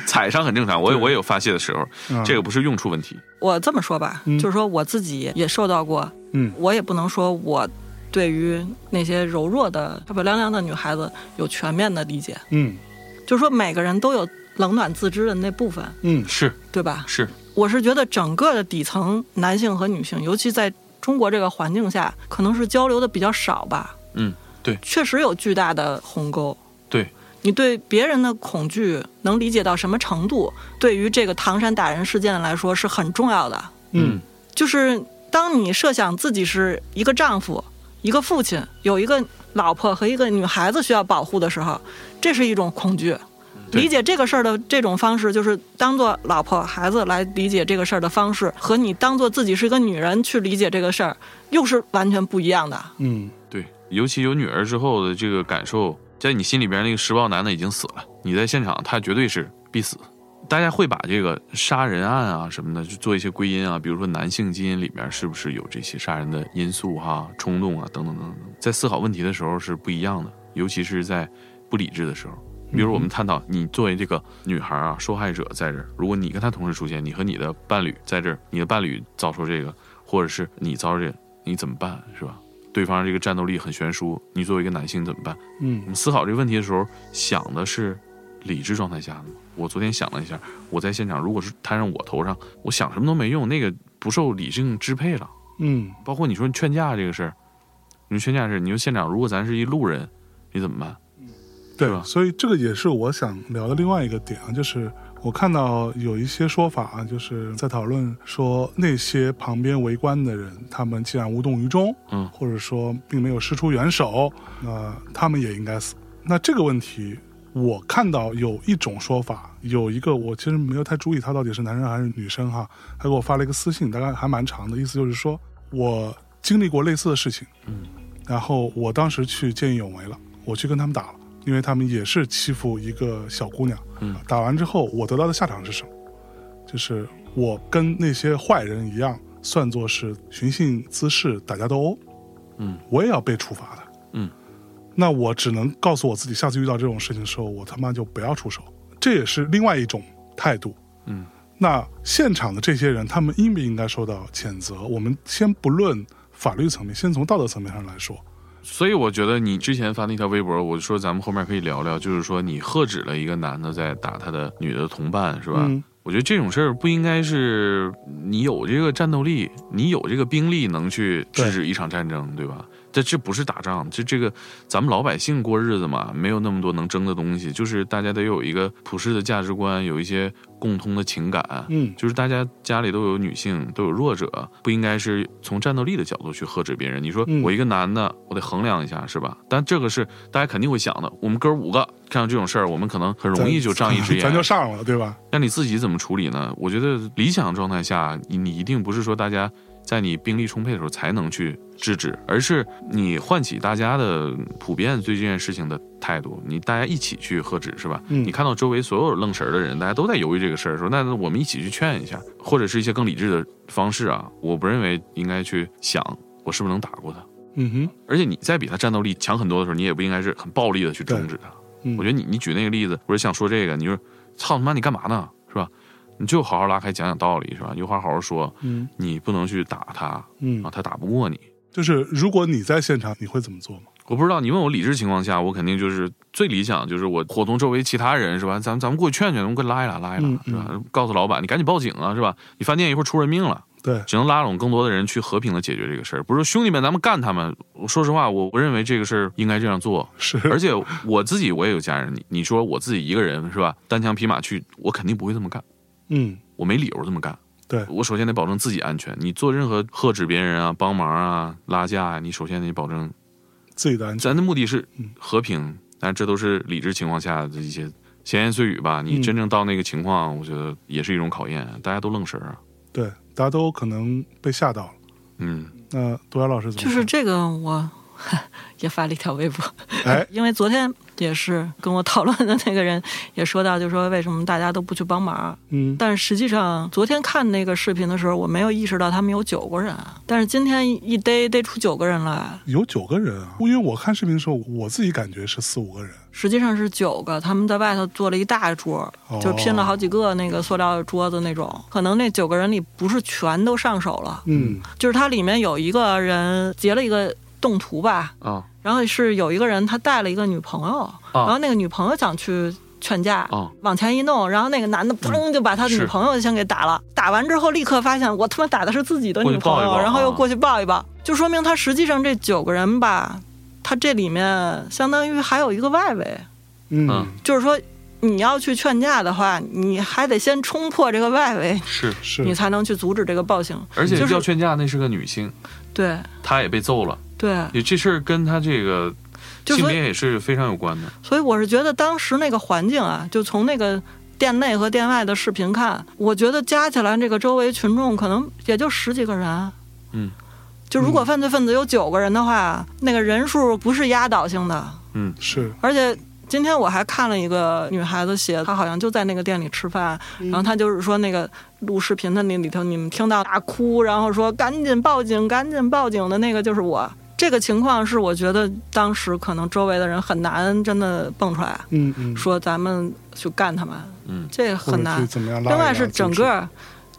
Speaker 2: 踩伤很正常，我也我也有发泄的时候，
Speaker 1: 嗯
Speaker 2: 这个不是用处问题。
Speaker 3: 我这么说吧，
Speaker 1: 嗯
Speaker 3: 就是说我自己也受到过，
Speaker 1: 嗯
Speaker 3: 我也不能说我对于那些柔弱的、漂漂亮亮的女孩子有全面的理解，
Speaker 1: 嗯
Speaker 3: 就是说每个人都有冷暖自知的那部分，
Speaker 1: 嗯
Speaker 2: 是
Speaker 3: 对吧？
Speaker 2: 是，
Speaker 3: 我是觉得整个的底层男性和女性，尤其在中国这个环境下，可能是交流的比较少吧，
Speaker 2: 嗯，对
Speaker 3: 确实有巨大的鸿沟。
Speaker 2: 对，
Speaker 3: 你对别人的恐惧能理解到什么程度？对于这个唐山打人事件来说是很重要的。
Speaker 1: 嗯
Speaker 3: 就是当你设想自己是一个丈夫、一个父亲，有一个老婆和一个女孩子需要保护的时候，这是一种恐惧。
Speaker 2: 对
Speaker 3: 理解这个事儿的这种方式，就是当做老婆、孩子来理解这个事儿的方式，和你当做自己是一个女人去理解这个事儿，又是完全不一样的。
Speaker 1: 嗯
Speaker 2: 对，尤其有女儿之后的这个感受，在你心里边那个施暴男的已经死了，你在现场他绝对是必死。大家会把这个杀人案啊什么的，就做一些归因啊，比如说男性基因里面是不是有这些杀人的因素哈、冲动啊等等等等，在思考问题的时候是不一样的，尤其是在不理智的时候。比如我们探讨，你作为这个女孩啊，受害者在这儿，如果你跟她同时出现，你和你的伴侣在这儿，你的伴侣遭受这个，或者是你遭受这个，你怎么办，是吧？对方这个战斗力很悬殊，你作为一个男性怎么办？我
Speaker 1: 嗯
Speaker 2: 们思考这个问题的时候，想的是理智状态下的吗？我昨天想了一下，我在现场如果是摊上我头上，我想什么都没用，那个不受理性支配了。
Speaker 1: 嗯
Speaker 2: 包括你说劝架这个事儿，你说劝架这事儿，你说现场如果咱是一路人，你怎么办？
Speaker 1: 对
Speaker 2: 是吧
Speaker 1: 所以这个也是我想聊的另外一个点啊，就是我看到有一些说法啊，就是在讨论说那些旁边围观的人，他们既然无动于衷，
Speaker 2: 嗯
Speaker 1: 或者说并没有施出援手，那、他们也应该死。那这个问题，我看到有一种说法，有一个我其实没有太注意他到底是男生还是女生哈，他给我发了一个私信，大概还蛮长的，意思就是说我经历过类似的事情，
Speaker 2: 嗯，
Speaker 1: 然后我当时去见义勇为了，我去跟他们打了。因为他们也是欺负一个小姑娘。
Speaker 2: 嗯
Speaker 1: 打完之后，我得到的下场是什么？就是我跟那些坏人一样，算作是寻衅滋事、打架斗殴。
Speaker 2: 嗯，
Speaker 1: 我也要被处罚的。
Speaker 2: 嗯，
Speaker 1: 那我只能告诉我自己，下次遇到这种事情的时候，我他妈就不要出手。这也是另外一种态度。
Speaker 2: 嗯，
Speaker 1: 那现场的这些人，他们应不应该受到谴责？我们先不论法律层面，先从道德层面上来说。
Speaker 2: 所以我觉得你之前发那条微博，我说咱们后面可以聊聊，就是说你喝止了一个男的在打他的女的同伴，是吧？
Speaker 1: 嗯
Speaker 2: 我觉得这种事儿不应该是你有这个战斗力，你有这个兵力能去制止一场战争，对吧？这这不是打仗，这这个咱们老百姓过日子嘛，没有那么多能争的东西，就是大家得有一个普世的价值观，有一些共通的情感，
Speaker 1: 嗯，
Speaker 2: 就是大家家里都有女性，都有弱者，不应该是从战斗力的角度去呵斥别人。你说
Speaker 1: 嗯
Speaker 2: 我一个男的，我得衡量一下，是吧？但这个是大家肯定会想的。我们哥儿五个看到这种事儿，我们可能很容易就
Speaker 1: 咱
Speaker 2: 仗义执
Speaker 1: 咱就
Speaker 2: 言。
Speaker 1: 上了，对吧？
Speaker 2: 那你自己怎么处理呢？我觉得理想状态下，你你一定不是说大家在你兵力充沛的时候才能去制止，而是你唤起大家的普遍对这件事情的态度，你大家一起去呵止，是吧？
Speaker 1: 嗯
Speaker 2: 你看到周围所有愣神儿的人，大家都在犹豫这个事儿的时候，那我们一起去劝一下，或者是一些更理智的方式啊。我不认为应该去想我是不是能打过他，
Speaker 1: 嗯哼，
Speaker 2: 而且你再比他战斗力强很多的时候，你也不应该是很暴力的去终止他。
Speaker 1: 嗯
Speaker 2: 我觉得你你举那个例子，我是想说这个，你说操他妈你干嘛呢？是吧？你就好好拉开讲讲道理是吧？有话好好说，
Speaker 1: 嗯
Speaker 2: 你不能去打他，
Speaker 1: 嗯
Speaker 2: 然后，他打不过你。
Speaker 1: 就是如果你在现场，你会怎么做吗？
Speaker 2: 我不知道，你问我理智情况下，我肯定就是最理想就是我伙同周围其他人是吧？咱们咱们过去劝劝，咱们过去拉一拉拉一拉、
Speaker 1: 嗯
Speaker 2: 是吧？告诉老板你赶紧报警啊是吧？你饭店一会儿出人命了。
Speaker 1: 对，
Speaker 2: 只能拉拢更多的人去和平的解决这个事儿，不是说兄弟们，咱们干他们。我说实话，我不认为这个事儿应该这样做，
Speaker 1: 是，
Speaker 2: 而且我自己我也有家人，你你说我自己一个人是吧？单枪匹马去，我肯定不会这么干，
Speaker 1: 嗯
Speaker 2: 我没理由这么干。
Speaker 1: 对
Speaker 2: 我首先得保证自己安全。你做任何呵止别人啊、帮忙啊、拉架啊，你首先得保证
Speaker 1: 自己的安全，
Speaker 2: 咱的目的是
Speaker 1: 嗯
Speaker 2: 和平，但这都是理智情况下的一些闲言碎语吧。你
Speaker 1: 嗯
Speaker 2: 真正到那个情况，我觉得也是一种考验，大家都愣神儿啊。
Speaker 1: 对，大家都可能被吓到了。
Speaker 2: 嗯，
Speaker 1: 那杜瑶老师怎
Speaker 3: 就
Speaker 1: 么
Speaker 3: 是
Speaker 1: 说？
Speaker 3: 这个我也发了一条微博，
Speaker 1: 哎，
Speaker 3: 因为昨天也是跟我讨论的那个人也说到，就说为什么大家都不去帮忙。
Speaker 1: 嗯
Speaker 3: 但实际上，昨天看那个视频的时候，我没有意识到他们有九个人，啊但是今天一逮逮出九个人来，
Speaker 1: 有九个人啊，因为我看视频的时候，我自己感觉是四五个人。
Speaker 3: 实际上是九个，他们在外头做了一大桌，
Speaker 1: 哦
Speaker 3: 就拼了好几个那个塑料桌子那种。可能那九个人里不是全都上手了，
Speaker 1: 嗯
Speaker 3: 就是它里面有一个人截了一个动图吧，
Speaker 2: 啊
Speaker 3: 然后是有一个人他带了一个女朋友，然后那个女朋友想去劝架，
Speaker 2: 啊，
Speaker 3: 往前一弄，然后那个男的砰就把他女朋友先给打了，打完之后立刻发现我他妈打的是自己的女
Speaker 2: 过
Speaker 3: 朋
Speaker 2: 去抱
Speaker 3: 友，
Speaker 2: 一抱
Speaker 3: 然后又
Speaker 2: 啊
Speaker 3: 过去抱一抱，就说明他实际上这九个人吧，他这里面相当于还有一个外围，
Speaker 1: 嗯
Speaker 2: 嗯，
Speaker 3: 就是说你要去劝架的话，你还得先冲破这个外围，
Speaker 2: 是，
Speaker 1: 是
Speaker 3: 你才能去阻止这个暴行。
Speaker 2: 而且
Speaker 3: 就是
Speaker 2: 要劝架那是个女性，
Speaker 3: 对
Speaker 2: 她也被揍了。
Speaker 3: 对，
Speaker 2: 也这事儿跟他这个
Speaker 3: 就
Speaker 2: 性
Speaker 3: 所以
Speaker 2: 别也是非常有关的。
Speaker 3: 所以我是觉得当时那个环境啊，就从那个店内和店外的视频看，我觉得加起来这个周围群众可能也就十几个人。啊
Speaker 2: 嗯，
Speaker 3: 就如果犯罪分子有九个人的话，那个人数不是压倒性的，
Speaker 1: 是
Speaker 3: 而且。今天我还看了一个女孩子写，她好像就在那个店里吃饭，然后她就是说那个录视频的那里头，你们听到大哭，然后说赶紧报警，赶紧报警的那个就是我。这个情况是我觉得当时可能周围的人很难真的蹦出来，
Speaker 1: 嗯嗯，
Speaker 3: 说咱们去干他们，
Speaker 2: 嗯，
Speaker 3: 这很
Speaker 1: 或者
Speaker 3: 难
Speaker 1: 去。怎么样拉一
Speaker 3: 另
Speaker 1: 拉？
Speaker 3: 外是整
Speaker 1: 组织
Speaker 3: 个，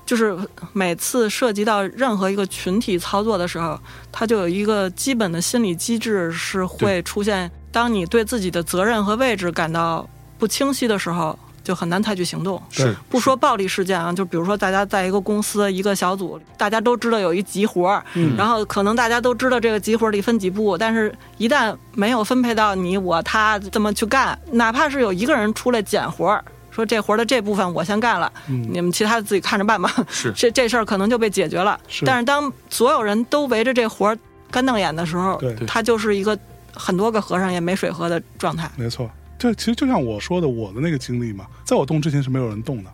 Speaker 3: 就是每次涉及到任何一个群体操作的时候，它就有一个基本的心理机制是会出现，当你对自己的责任和位置感到不清晰的时候。就很难采取行动。
Speaker 1: 对
Speaker 3: 不说暴力事件啊，就比如说大家在一个公司、一个小组，大家都知道有一集活儿，
Speaker 1: 嗯
Speaker 3: 然后可能大家都知道这个集活里分几步，但是一旦没有分配到你我他这么去干，哪怕是有一个人出来捡活儿，说这活儿的这部分我先干了，
Speaker 1: 嗯
Speaker 3: 你们其他自己看着办吧，
Speaker 2: 是
Speaker 3: 这这事儿可能就被解决了。
Speaker 1: 是
Speaker 3: 但是当所有人都围着这活儿干瞪眼的时候，
Speaker 1: 对
Speaker 3: 它就是一个很多个和尚也没水喝的状态。
Speaker 1: 没错，这其实就像我说的，我的那个经历嘛，在我动之前是没有人动的，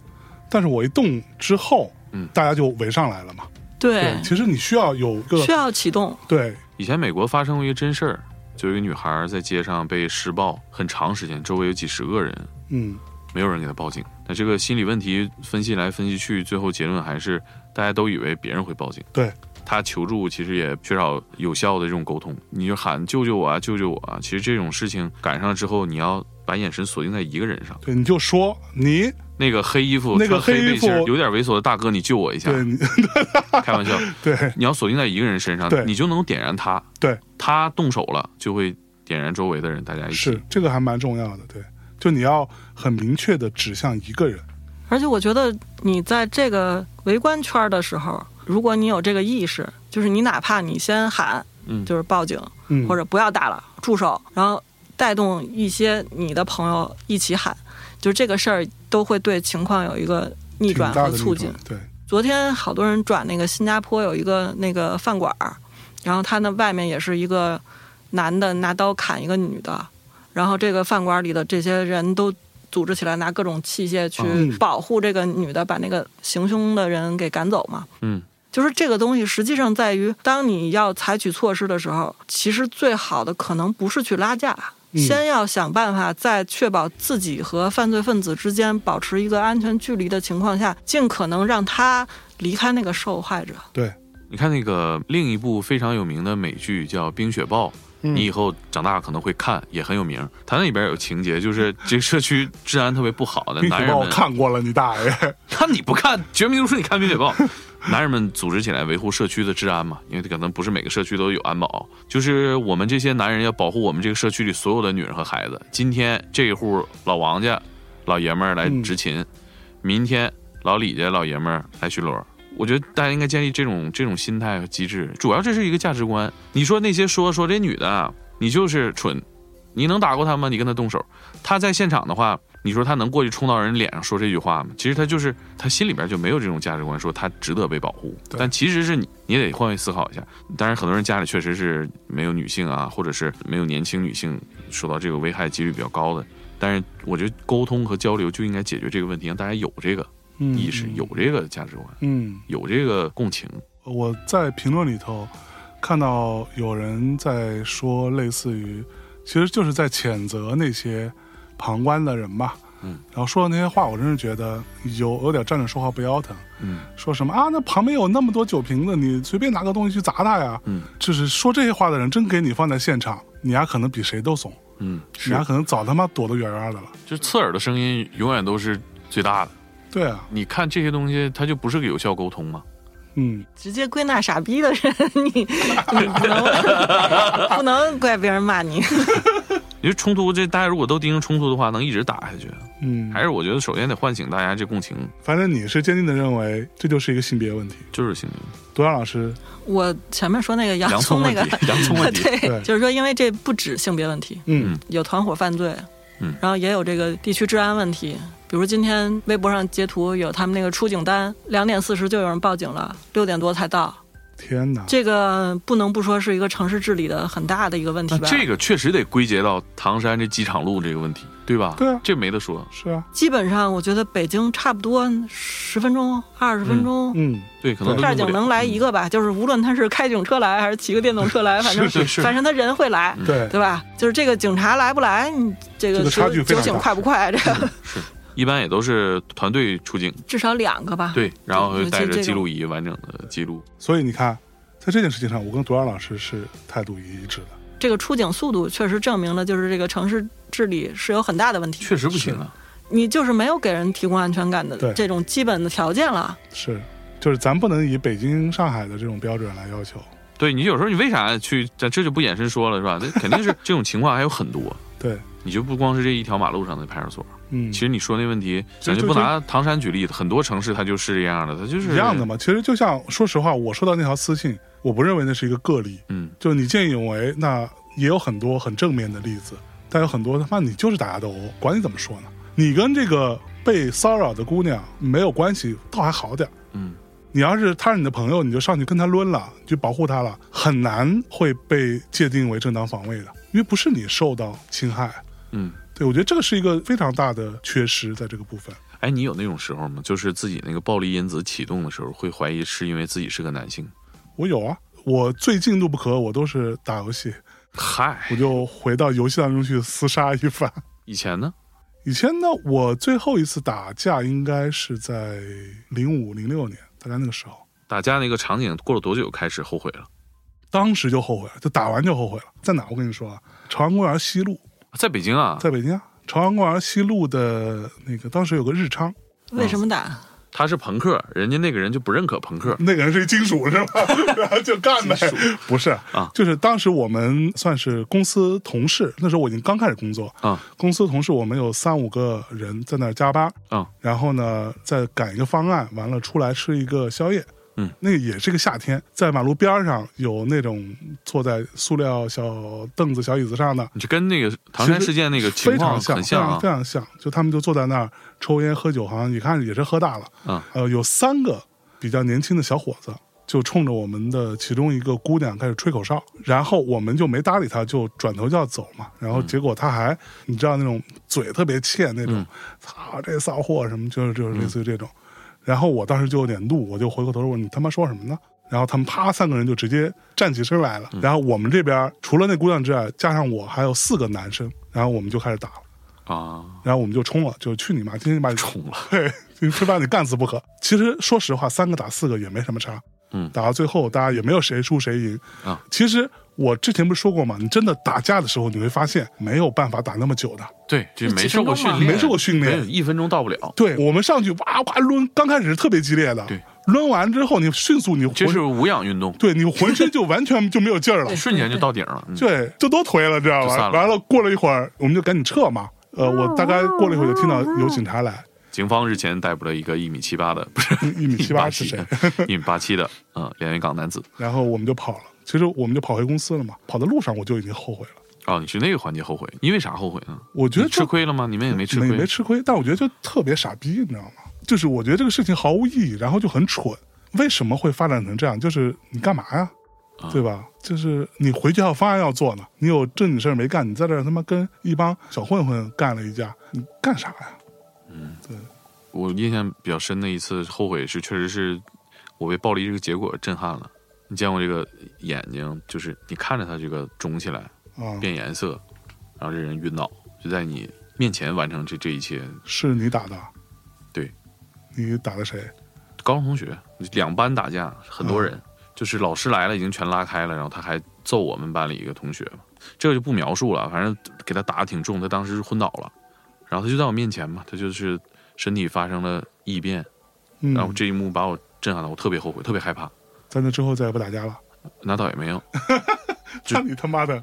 Speaker 1: 但是我一动之后，
Speaker 2: 嗯
Speaker 1: 大家就围上来了嘛。
Speaker 3: 对，
Speaker 1: 其实你需要有个
Speaker 3: 需要启动。
Speaker 1: 对，
Speaker 2: 以前美国发生过一个真事儿，就有一个女孩在街上被施暴，很长时间，周围有几十个人，
Speaker 1: 嗯
Speaker 2: 没有人给她报警。那这个心理问题分析来分析去，最后结论还是大家都以为别人会报警。
Speaker 1: 对，
Speaker 2: 她求助其实也缺少有效的这种沟通，你就喊救救我啊，救救我啊！其实这种事情赶上了之后，你要把眼神锁定在一个人上，
Speaker 1: 对，你就说你
Speaker 2: 那个黑衣服、
Speaker 1: 那个
Speaker 2: 穿黑
Speaker 1: 黑衣
Speaker 2: 背心儿
Speaker 1: 服
Speaker 2: 有点猥琐的大哥，你救我一下！
Speaker 1: 对你
Speaker 2: 开玩笑，
Speaker 1: 对
Speaker 2: 你要锁定在一个人身上
Speaker 1: 对，
Speaker 2: 你就能点燃他。
Speaker 1: 对，
Speaker 2: 他动手了，就会点燃周围的人，大家一起。
Speaker 1: 是这个还蛮重要的，对，就你要很明确的指向一个人，
Speaker 3: 而且我觉得你在这个围观圈儿的时候，如果你有这个意识，就是你哪怕你先喊，
Speaker 2: 嗯
Speaker 3: 就是报警、
Speaker 1: 嗯，
Speaker 3: 或者不要打了，住手，然后带动一些你的朋友一起喊，就这个事儿都会对情况有一个逆
Speaker 1: 挺
Speaker 3: 转
Speaker 1: 大
Speaker 3: 和
Speaker 1: 的
Speaker 3: 促
Speaker 1: 那
Speaker 3: 进
Speaker 1: 种。，对，
Speaker 3: 昨天好多人转那个新加坡有一个那个饭馆儿，然后他那外面也是一个男的拿刀砍一个女的，然后这个饭馆里的这些人都组织起来拿各种器械去
Speaker 1: 嗯
Speaker 3: 保护这个女的，把那个行凶的人给赶走嘛。
Speaker 2: 嗯，
Speaker 3: 就是这个东西实际上在于，当你要采取措施的时候，其实最好的可能不是去拉架。
Speaker 1: 嗯
Speaker 3: 先要想办法在确保自己和犯罪分子之间保持一个安全距离的情况下，尽可能让他离开那个受害者。
Speaker 2: 你看那个另一部非常有名的美剧叫《冰雪暴》，
Speaker 1: 嗯
Speaker 2: 你以后长大可能会看，也很有名。它那里边有情节，就是这个社区治安特别不好的
Speaker 1: 冰
Speaker 2: 男
Speaker 1: 雪
Speaker 2: 人
Speaker 1: 豹我
Speaker 2: 们，
Speaker 1: 看过了，你大 爷，
Speaker 2: 看你不看《绝命毒师》，你看《冰雪暴》。 男人们组织起来维护社区的治安嘛，因为可能不是每个社区都有安保，就是我们这些男人要保护我们这个社区里所有的女人和孩子。今天这一户老王家老爷们儿来执勤，明天老李家老爷们儿来巡逻。我觉得大家应该建立这种这种心态和机制，主要这是一个价值观。你说那些说说这女的啊，你就是蠢，你能打过她吗？你跟她动手，她在现场的话，你说她能过去冲到人脸上说这句话吗？其实她就是她心里边就没有这种价值观，说她值得被保护。
Speaker 1: 对
Speaker 2: 但其实是你，你得换位思考一下。当然，很多人家里确实是没有女性啊，或者是没有年轻女性受到这个危害几率比较高的。但是我觉得沟通和交流就应该解决这个问题，让大家有这个
Speaker 1: 嗯
Speaker 2: 意识，有，这个价值观，
Speaker 1: 嗯。
Speaker 2: 有这个共情。
Speaker 1: 我在评论里头看到有人在说，类似于，其实就是在谴责那些旁观的人吧。
Speaker 2: 嗯，
Speaker 1: 然后说的那些话，我真是觉得有有点站着说话不腰疼。
Speaker 2: 嗯，
Speaker 1: 说什么啊？那旁边有那么多酒瓶子，你随便拿个东西去砸它呀？
Speaker 2: 嗯，
Speaker 1: 就是说这些话的人，真给你放在现场，你俩可能比谁都怂，
Speaker 2: 嗯，
Speaker 1: 你俩可能早他妈躲得远远的了。
Speaker 2: 就刺耳的声音永远都是最大的。
Speaker 1: 对啊，
Speaker 2: 你看这些东西，它就不是个有效沟通嘛。
Speaker 1: 嗯，
Speaker 3: 直接归纳傻逼的人，你你不能 不能怪别人骂你。
Speaker 2: 因为冲突这大家如果都盯上冲突的话，能一直打下去。
Speaker 1: 嗯，
Speaker 2: 还是我觉得首先得唤醒大家这共情，
Speaker 1: 反正你是坚定的认为这就是一个性别问题。
Speaker 2: 就是性
Speaker 1: 多阳老师，
Speaker 3: 我前面说那个洋
Speaker 2: 洋葱
Speaker 3: 葱那
Speaker 2: 问
Speaker 3: 个，
Speaker 2: 题，洋葱问题。
Speaker 1: 对
Speaker 3: 对，就是说因为这不止性别问题，
Speaker 1: 嗯
Speaker 3: 有团伙犯罪，
Speaker 2: 嗯
Speaker 3: 然后也有这个地区治安问题。比如今天微博上截图有他们那个出警单，两点四十就有人报警了，六点多才到。
Speaker 1: 天哪，
Speaker 3: 这个不能不说是一个城市治理的很大的一个问题
Speaker 2: 那
Speaker 1: 啊
Speaker 3: 吧。
Speaker 2: 这个确实得归结到唐山这机场路这个问题，对吧？
Speaker 1: 对啊
Speaker 2: 这没得说。
Speaker 1: 是啊，
Speaker 3: 基本上我觉得北京差不多十分钟、二十分钟，
Speaker 1: 嗯，
Speaker 2: 对，可能都
Speaker 3: 片儿
Speaker 2: 用
Speaker 3: 警
Speaker 2: 不了
Speaker 3: 能来一个吧，就是无论他是开警车来还是骑个电动车来，反正
Speaker 2: 是是是
Speaker 3: 反正他人会来，
Speaker 1: 对，
Speaker 3: 对吧？就是这个警察来不来，你这个
Speaker 1: 嗯这个差距非
Speaker 3: 酒
Speaker 1: 常大嗯
Speaker 3: 醒快不快，这个
Speaker 2: 一般也都是团队出警，
Speaker 3: 至少两个吧。
Speaker 2: 对，然后
Speaker 3: 尤其
Speaker 2: 带着
Speaker 3: 这
Speaker 2: 记
Speaker 3: 种
Speaker 2: 录仪完整的记录。
Speaker 1: 所以你看，在这件事情上，我跟卓然老师是态度一致的。
Speaker 3: 这个出警速度确实证明了，就是这个城市治理是有很大的问题。
Speaker 2: 确实不行啊，
Speaker 3: 你就是没有给人提供安全感的
Speaker 1: 对
Speaker 3: 这种基本的条件了。
Speaker 1: 是，就是咱不能以北京、上海的这种标准来要求。
Speaker 2: 对你有时候你为啥去？咱这就不延伸说了是吧？那肯定是 这种情况还有很多。
Speaker 1: 对，
Speaker 2: 你就不光是这一条马路上的派出所，
Speaker 1: 嗯，
Speaker 2: 其实你说那问题，
Speaker 1: 就
Speaker 2: 咱就不
Speaker 1: 就
Speaker 2: 拿唐山举例子，很多城市它就是这样的，它就是
Speaker 1: 一样的。嘛。其实就像说实话，我收到那条私信，我不认为那是一个个例，
Speaker 2: 嗯，
Speaker 1: 就是你见义勇为，那也有很多很正面的例子，但有很多他妈你就是打架斗殴，管你怎么说呢？你跟这个被骚扰的姑娘没有关系，倒还好点儿。
Speaker 2: 嗯，
Speaker 1: 你要是他是你的朋友，你就上去跟他抡了，你就保护他了，很难会被界定为正当防卫的，因为不是你受到侵害。
Speaker 2: 嗯，
Speaker 1: 对，我觉得这个是一个非常大的缺失，在这个部分。
Speaker 2: 哎，你有那种时候吗？就是自己那个暴力因子启动的时候，会怀疑是因为自己是个男性。
Speaker 1: 我有啊，我最进度不可，我都是打游戏。
Speaker 2: 嗨，
Speaker 1: 我就回到游戏当中去厮杀一番。
Speaker 2: 以前呢？
Speaker 1: 以前呢，我最后一次打架应该是在零五零六年，大概那个时候，
Speaker 2: 打架那个场景过了多久开始后悔了？
Speaker 1: 当时就后悔了，就打完就后悔了。在哪？我跟你说啊，朝阳公园西路，
Speaker 2: 在北京啊，
Speaker 1: 在北京啊，朝阳公园西路的那个，当时有个日昌，
Speaker 3: 为什么打？
Speaker 2: 他是朋克，人家那个人就不认可朋克。
Speaker 1: 那个人是一金属是吧？ 然后就干呗
Speaker 2: 金属，
Speaker 1: 不是
Speaker 2: 啊
Speaker 1: 就是当时我们算是公司同事，那时候我已经刚开始工作
Speaker 2: 啊，
Speaker 1: 公司同事我们有三五个人在那儿加班
Speaker 2: 啊，
Speaker 1: 然后呢再赶一个方案，完了出来吃一个宵夜。
Speaker 2: 嗯，
Speaker 1: 那个也是个夏天，在马路边儿上有那种坐在塑料小凳子、小椅子上的，
Speaker 2: 你就跟那个唐山事件那个情
Speaker 1: 非常
Speaker 2: 况
Speaker 1: 像，
Speaker 2: 很
Speaker 1: 非常
Speaker 2: 啊
Speaker 1: 非，常像。就他们就坐在那儿抽烟喝酒，好像你看也是喝大了。
Speaker 2: 嗯
Speaker 1: 呃，有三个比较年轻的小伙子，就冲着我们的其中一个姑娘开始吹口哨，然后我们就没搭理他，就转头就要走嘛。然后
Speaker 2: 嗯
Speaker 1: 结果他还，你知道那种嘴特别欠那种，操、这骚货什么，就是
Speaker 2: 嗯
Speaker 1: 就是类似于这种。然后我当时就有点怒，我就回过头问你他妈说什么呢？然后他们啪三个人就直接站起身来了。
Speaker 2: 嗯
Speaker 1: 然后我们这边除了那姑娘之外，加上我还有四个男生，然后我们就开始打了。
Speaker 2: 啊，
Speaker 1: 然后我们就冲了，就去你妈，今天把你
Speaker 2: 冲了，
Speaker 1: 对，就非把你干死不可。其实说实话，三个打四个也没什么差。
Speaker 2: 嗯
Speaker 1: 打到最后，大家也没有谁输谁赢
Speaker 2: 啊。
Speaker 1: 其实我之前不是说过吗？你真的打架的时候，你会发现没有办法打那么久的。
Speaker 2: 对，这没
Speaker 3: 几
Speaker 2: 受
Speaker 3: 分
Speaker 2: 过
Speaker 3: 钟
Speaker 2: 训
Speaker 3: 嘛
Speaker 2: 练，
Speaker 1: 没受过训练
Speaker 2: 对一分钟到不了。
Speaker 1: 对我们上去哇哇抡，刚开始是特别激烈的，
Speaker 2: 对，
Speaker 1: 抡完之后你迅速你
Speaker 2: 这
Speaker 1: 浑
Speaker 2: 是无氧运动，
Speaker 1: 对你浑身就完全就没有劲 儿了，
Speaker 2: 瞬间就到顶了。嗯
Speaker 1: 对，就都颓了，知道
Speaker 2: 就散
Speaker 1: 吧？
Speaker 2: 了
Speaker 1: 完了，过了一会儿，我们就赶紧撤嘛。呃，我大概过了一会儿就听到有警察 来，
Speaker 2: 警方日前逮捕了一个一米七八的，不是
Speaker 1: 一米七八是谁？
Speaker 2: 谁？一米八七的，嗯，连云港男子。
Speaker 1: 然后我们就跑了。其实我们就跑回公司了嘛。跑的路上我就已经后悔了，
Speaker 2: 哦，你是那个环节后悔，因为啥后悔呢？
Speaker 1: 我觉得
Speaker 2: 你吃
Speaker 1: 这
Speaker 2: 亏了吗？你们也没吃
Speaker 1: 没
Speaker 2: 亏，
Speaker 1: 没吃亏，但我觉得就特别傻逼，你知道吗？就是我觉得这个事情毫无意义，然后就很蠢。为什么会发展成这样？就是你干嘛呀？
Speaker 2: 啊
Speaker 1: 对吧？就是你回去还有方案要做呢，你有正经事儿没干，你在这儿他妈跟一帮小混混干了一架，你干啥呀？
Speaker 2: 我印象比较深的一次后悔是，确实是我被暴力这个结果震撼了。你见过这个眼睛，就是你看着它这个肿起来、
Speaker 1: 啊，
Speaker 2: 变颜色，然后这人晕倒，就在你面前完成这这一切。
Speaker 1: 是你打的？
Speaker 2: 对，
Speaker 1: 你打的谁？
Speaker 2: 高中同学两班打架，很多人、就是老师来了已经全拉开了，然后他还揍我们班里一个同学嘛，这个就不描述了，反正给他打的挺重，他当时昏倒了，然后他就在我面前嘛，他就是身体发生了异变，
Speaker 1: 嗯，
Speaker 2: 然后这一幕把我震撼了，我特别后悔，特别害怕。
Speaker 1: 在那之后再也不打架了。
Speaker 2: 那倒也没有，就
Speaker 1: 那你他妈的，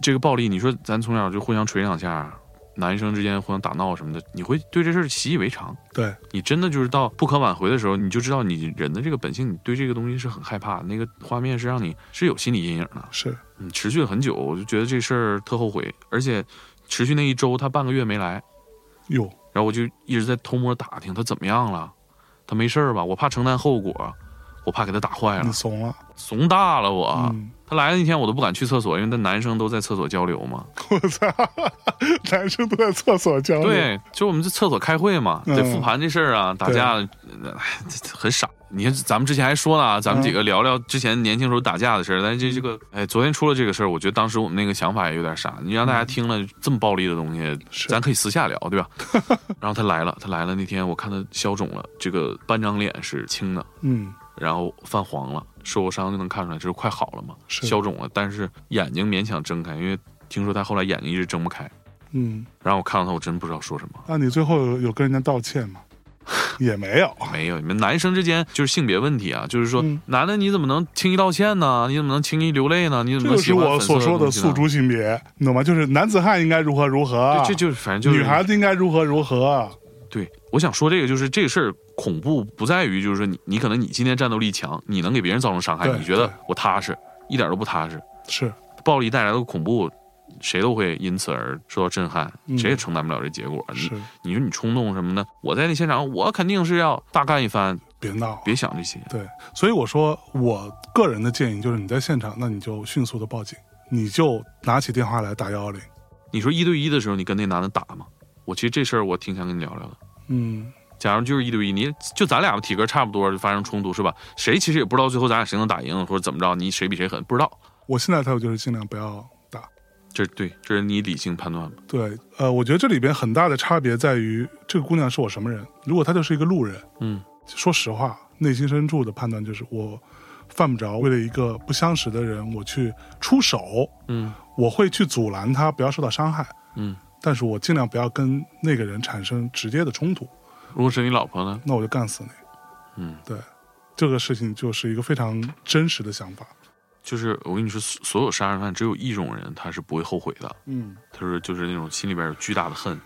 Speaker 2: 这个暴力，你说咱从小就互相捶两下，男生之间互相打闹什么的，你会对这事儿习以为常。
Speaker 1: 对，
Speaker 2: 你真的就是到不可挽回的时候，你就知道你人的这个本性，你对这个东西是很害怕，那个画面是让你是有心理阴影的。
Speaker 1: 是
Speaker 2: 嗯，持续了很久，我就觉得这事儿特后悔，而且持续那一周，他半个月没来，
Speaker 1: 哟，
Speaker 2: 然后我就一直在偷摸打听他怎么样了，他没事儿吧？我怕承担后果，我怕给他打坏了
Speaker 1: 你，怂了
Speaker 2: 怂大了我。
Speaker 1: 嗯
Speaker 2: 他来的那天我都不敢去厕所，因为那男生都在厕所交流嘛。
Speaker 1: 我操，男生都在厕所交流。，
Speaker 2: 对，就我们这厕所开会嘛，
Speaker 1: 嗯
Speaker 2: 得复盘这事儿啊，打架呃哎这这很傻。你看，咱们之前还说呢啊，咱们几个聊聊之前年轻时候打架的事儿。但是这这个，
Speaker 1: 嗯
Speaker 2: 哎，昨天出了这个事儿，我觉得当时我们那个想法也有点傻。你让大家听了这么暴力的东西，
Speaker 1: 是
Speaker 2: 咱可以私下聊， 对吧？然后他来了，他来了那天我看他消肿了，这个半张脸是青的，
Speaker 1: 嗯，
Speaker 2: 然后泛黄了，受过伤就能看出来，这是快好了嘛，
Speaker 1: 是
Speaker 2: 消肿了，但是眼睛勉强睁开，因为听说他后来眼睛一直睁不开。
Speaker 1: 嗯，
Speaker 2: 然后我看到他，我真不知道说什么。
Speaker 1: 那你最后有有跟人家道歉 吗？也没有，
Speaker 2: 没有，你们男生之间就是性别问题啊，就是说，
Speaker 1: 哦嗯
Speaker 2: 男的你怎么能轻易道歉呢？你怎么能轻易流泪呢？你怎
Speaker 1: 这
Speaker 2: 么能
Speaker 1: 就
Speaker 2: 喜
Speaker 1: 是
Speaker 2: 欢
Speaker 1: 我
Speaker 2: 粉
Speaker 1: 所
Speaker 2: 色
Speaker 1: 说的
Speaker 2: 东西呢
Speaker 1: 诉？诸性别，你懂吗？就是男子汉应该如何如何
Speaker 2: 对，，这就是反正就
Speaker 1: 女
Speaker 2: 是
Speaker 1: 孩子应该如何如何。
Speaker 2: 对，我想说这个就是这个事儿恐怖不在于就是说你你可能你今天战斗力强，你能给别人造成伤害，
Speaker 1: 对
Speaker 2: 你觉得我踏实，一点都不踏实。
Speaker 1: 是，
Speaker 2: 暴力带来的恐怖，谁都会因此而受到震撼，
Speaker 1: 嗯
Speaker 2: 谁也承担不了这结果。
Speaker 1: 是
Speaker 2: 你，你说你冲动什么的，我在那现场我肯定是要大干一番，
Speaker 1: 别闹。
Speaker 2: 别想这些。
Speaker 1: 对，所以我说，我个人的建议就是，你在现场，那你就迅速的报警，你就拿起电话来打幺幺零。
Speaker 2: 你说一对一的时候，你跟那男的打吗？我其实这事儿我挺想跟你聊聊的。
Speaker 1: 嗯，
Speaker 2: 假如就是一对一，你就咱俩体格差不多就发生冲突是吧？谁其实也不知道最后咱俩谁能打赢或者怎么着，你谁比谁狠不知道。
Speaker 1: 我现在态度就是尽量不要打，
Speaker 2: 这对，这是你理性判断吧？
Speaker 1: 对，呃，我觉得这里边很大的差别在于，这个姑娘是我什么人？如果她就是一个路人，
Speaker 2: 嗯，
Speaker 1: 说实话，内心深处的判断就是我犯不着为了一个不相识的人我去出手，
Speaker 2: 嗯
Speaker 1: 我会去阻拦他不要受到伤害，
Speaker 2: 嗯。
Speaker 1: 但是我尽量不要跟那个人产生直接的冲突，
Speaker 2: 如果是你老婆呢？
Speaker 1: 那我就干死你。
Speaker 2: 嗯，
Speaker 1: 对，这个事情就是一个非常真实的想法。
Speaker 2: 就是我跟你说，所所有杀人犯只有一种人他是不会后悔的，
Speaker 1: 嗯，
Speaker 2: 他说就是那种心里边有巨大的恨，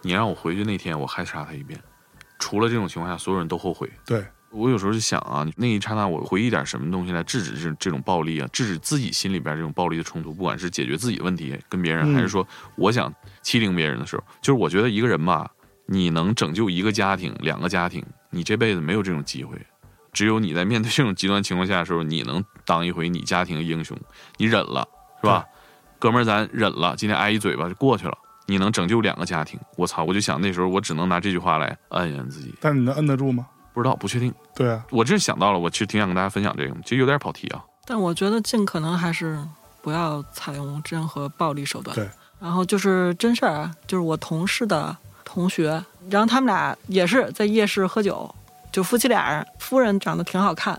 Speaker 2: 你让我回去那天我还杀他一遍。除了这种情况下，所有人都后悔。
Speaker 1: 对，
Speaker 2: 我有时候就想啊，那一刹那我回忆点什么东西来制止这这种暴力啊，制止自己心里边这种暴力的冲突，不管是解决自己的问题跟别人，
Speaker 1: 嗯
Speaker 2: 还是说我想欺凌别人的时候，就是我觉得一个人吧，你能拯救一个家庭、两个家庭，你这辈子没有这种机会。只有你在面对这种极端情况下的时候，你能当一回你家庭的英雄，你忍了是吧？哥们儿，咱忍了，今天挨一嘴巴就过去了。你能拯救两个家庭，我操！我就想那时候我只能拿这句话来安慰安自己，
Speaker 1: 但是你能摁得住吗？
Speaker 2: 不知道不确定。
Speaker 1: 对啊，
Speaker 2: 我真想到了，我其实挺想跟大家分享这个，其实有点跑题啊。
Speaker 3: 但我觉得尽可能还是不要采用任何暴力手段。
Speaker 1: 对，
Speaker 3: 然后就是真事儿啊，就是我同事的同学，然后他们俩也是在夜市喝酒，就夫妻俩人，夫人长得挺好看，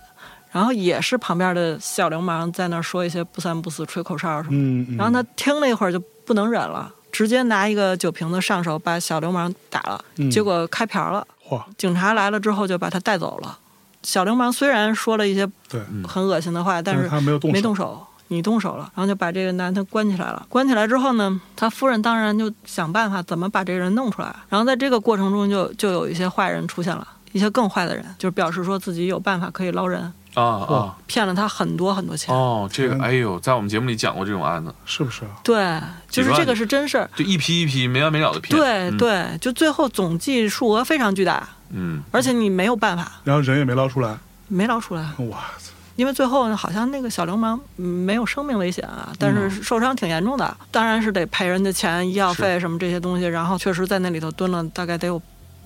Speaker 3: 然后也是旁边的小流氓在那儿说一些不三不四、吹口哨什么，
Speaker 1: 嗯，嗯
Speaker 3: 然后他听了一会儿就不能忍了，直接拿一个酒瓶子上手把小流氓打了，
Speaker 1: 嗯
Speaker 3: 结果开瓢了。
Speaker 1: 嚯，
Speaker 3: 警察来了之后就把他带走了。小流氓虽然说了一些
Speaker 1: 对，
Speaker 2: 嗯
Speaker 3: 很恶心的话，但
Speaker 1: 但
Speaker 3: 是
Speaker 1: 他没有动手，
Speaker 3: 没动手，你动手了，然后就把这个男的关起来了。关起来之后呢，他夫人当然就想办法怎么把这个人弄出来。然后在这个过程中就，就有一些坏人出现了，一些更坏的人，就是表示说自己有办法可以捞人，
Speaker 2: 啊
Speaker 1: 哇
Speaker 2: 啊
Speaker 3: 骗了他很多很多钱。
Speaker 2: 哦，这个
Speaker 1: 天
Speaker 2: 哎呦，在我们节目里讲过这种案子，
Speaker 1: 是不是啊？
Speaker 3: 对，就是
Speaker 2: 几万
Speaker 3: 这个是真事儿。
Speaker 2: 就一批一批没完没了的骗。
Speaker 3: 对
Speaker 2: 嗯，
Speaker 3: 对，就最后总计数额非常巨大，
Speaker 2: 嗯，
Speaker 3: 而且你没有办法，
Speaker 1: 然后人也没捞出来，
Speaker 3: 没捞出来，
Speaker 1: 哇塞，
Speaker 3: 因为最后呢好像那个小流氓嗯没有生命危险啊，但是受伤挺严重的，当然是得赔人家钱、医药费什么这些东西，然后确实在那里头蹲了大概得有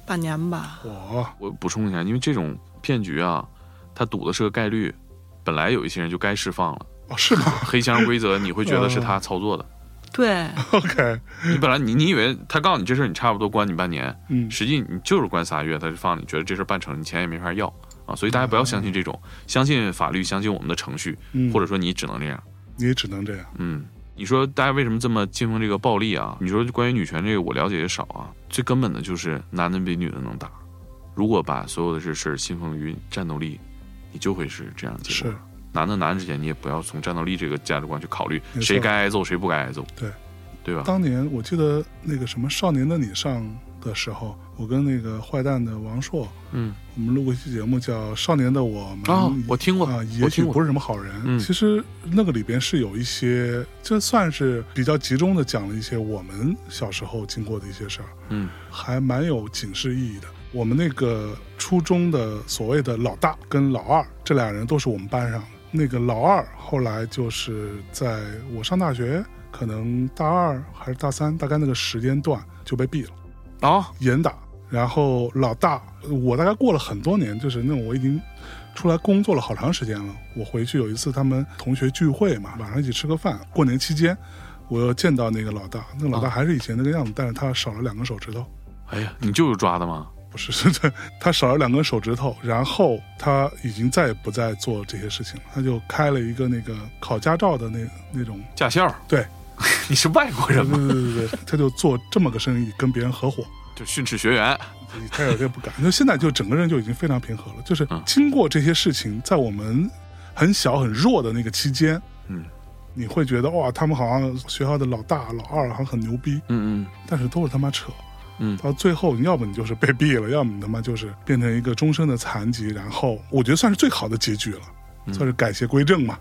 Speaker 3: 半年吧。
Speaker 1: 我
Speaker 2: 我补充一下，因为这种骗局啊，它赌的是个概率，本来有一些人就该释放了，
Speaker 1: 哦是吗
Speaker 2: 黑箱规则你会觉得是他操 作的，
Speaker 3: 对
Speaker 1: ？OK，
Speaker 2: 你本来你你以为他告诉你这事儿你差不多关你半年，
Speaker 1: 嗯，
Speaker 2: 实际你就是关仨月，他就放你，觉得这事儿办成，你钱也没法要啊，所以大家不要相信这种，相信法律，相信我们的程序，
Speaker 1: 嗯
Speaker 2: 或者说你只能这样。
Speaker 1: 你也只能这样，
Speaker 2: 嗯，你说大家为什么这么敬奉这个暴力啊？你说关于女权这个，我了解也少啊。最根本的就是男的比女的能打。如果把所有的这事儿信奉于战斗力，你就会是这样的结果。
Speaker 1: 是
Speaker 2: 男的男的之间，你也不要从战斗力这个价值观去考虑
Speaker 1: 没错
Speaker 2: 谁该挨揍谁不该挨揍，
Speaker 1: 对
Speaker 2: 对吧？
Speaker 1: 当年我记得那个什么《少年的你》上的时候，我跟那个坏蛋的王朔，
Speaker 2: 嗯，
Speaker 1: 我们录过一期节目叫《少年的我们》
Speaker 2: 哦我听过
Speaker 1: 啊，
Speaker 2: 我
Speaker 1: 也许
Speaker 2: 听过
Speaker 1: 不是什么好人。
Speaker 2: 嗯
Speaker 1: 其实那个里边是有一些，这算是比较集中的讲了一些我们小时候经过的一些事儿，
Speaker 2: 嗯，
Speaker 1: 还蛮有警示意义的。我们那个初中的所谓的老大跟老二这俩人都是我们班上的。那个老二后来就是在我上大学，可能大二还是大三，大概那个时间段就被毙了。
Speaker 2: 哦，
Speaker 1: 严打，然后老大，我大概过了很多年，就是那种我已经出来工作了好长时间了。我回去有一次他们同学聚会嘛，晚上一起吃个饭，过年期间。我又见到那个老大，那个老大还是以前那个样子，但是他少了两根手指头，
Speaker 2: 哎呀，你就是抓的吗？
Speaker 1: 不是， 是他他少了两根手指头，然后他已经再也不再做这些事情了，他就开了一个那个考驾照的那那种，
Speaker 2: 驾校？
Speaker 1: 对，
Speaker 2: 你是外国
Speaker 1: 对
Speaker 2: 人吗？
Speaker 1: 对对对对，他就做这么个生意，跟别人合伙，
Speaker 2: 就训斥学员。
Speaker 1: 你开始就不敢，那现在就整个人就已经非常平和了。就是
Speaker 2: 嗯
Speaker 1: 经过这些事情，在我们很小很弱的那个期间，
Speaker 2: 嗯，
Speaker 1: 你会觉得哇，他们好像学校的老大老二好像很牛逼，
Speaker 2: 嗯嗯，
Speaker 1: 但是都是他妈扯。
Speaker 2: 嗯
Speaker 1: 到最后，你要么你就是被毙了，要么你他妈就是变成一个终身的残疾。然后，我觉得算是最好的结局了，
Speaker 2: 嗯
Speaker 1: 算是改邪归正嘛，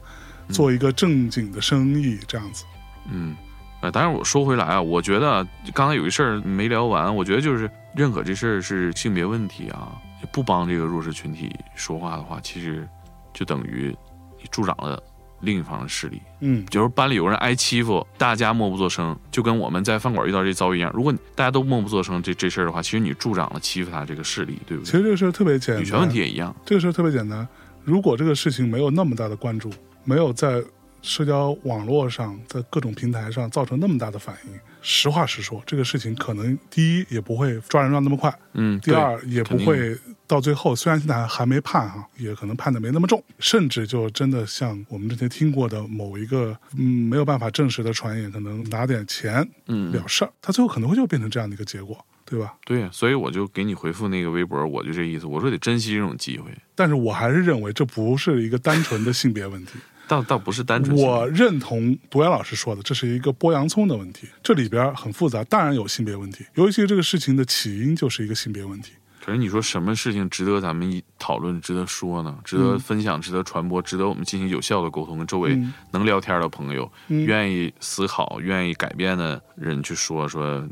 Speaker 1: 做一个正经的生意这样子。
Speaker 2: 嗯，呃，当然我说回来啊，我觉得刚才有一事儿没聊完，我觉得就是认可这事儿是性别问题啊，不帮这个弱势群体说话的话，其实就等于你助长了另一方的势力。
Speaker 1: 嗯，
Speaker 2: 比如班里有人挨欺负，大家默不作声，就跟我们在饭馆遇到这遭遇一样。如果你大家都默不作声这这事儿的话，其实你助长了欺负他这个势力，对不
Speaker 1: 其
Speaker 2: 对？
Speaker 1: 实这个事儿特别简单，
Speaker 2: 女权问题也一样，
Speaker 1: 这个事儿特别简单，如果这个事情没有那么大的关注，没有在社交网络上，在各种平台上造成那么大的反应，实话实说，这个事情可能第一也不会抓人抓那么快，
Speaker 2: 嗯，
Speaker 1: 第
Speaker 2: 对
Speaker 1: 二也不
Speaker 2: 肯定
Speaker 1: 会到最后，虽然现在还没判哈、也可能判的没那么重，甚至就真的像我们之前听过的某一个嗯没有办法证实的传言，可能拿点钱
Speaker 2: 嗯，嗯
Speaker 1: 了事儿，他最后可能会就变成这样的一个结果，对吧？
Speaker 2: 对呀，所以我就给你回复那个微博，我就这意思，我说得珍惜这种机会，
Speaker 1: 但是我还是认为这不是一个单纯的性别问题，
Speaker 2: 倒倒不是单纯性
Speaker 1: 我认同独眼老师说的，这是一个剥洋葱的问题，这里边很复杂，当然有性别问题，尤其这个事情的起因就是一个性别问题。
Speaker 2: 可是你说什么事情值得咱们一讨论、值得说呢？值得分享、值得传播、值得我们进行有效的沟通，跟周围
Speaker 1: 嗯
Speaker 2: 能聊天的朋友、
Speaker 1: 嗯
Speaker 2: 愿意思考、愿意改变的人去说说，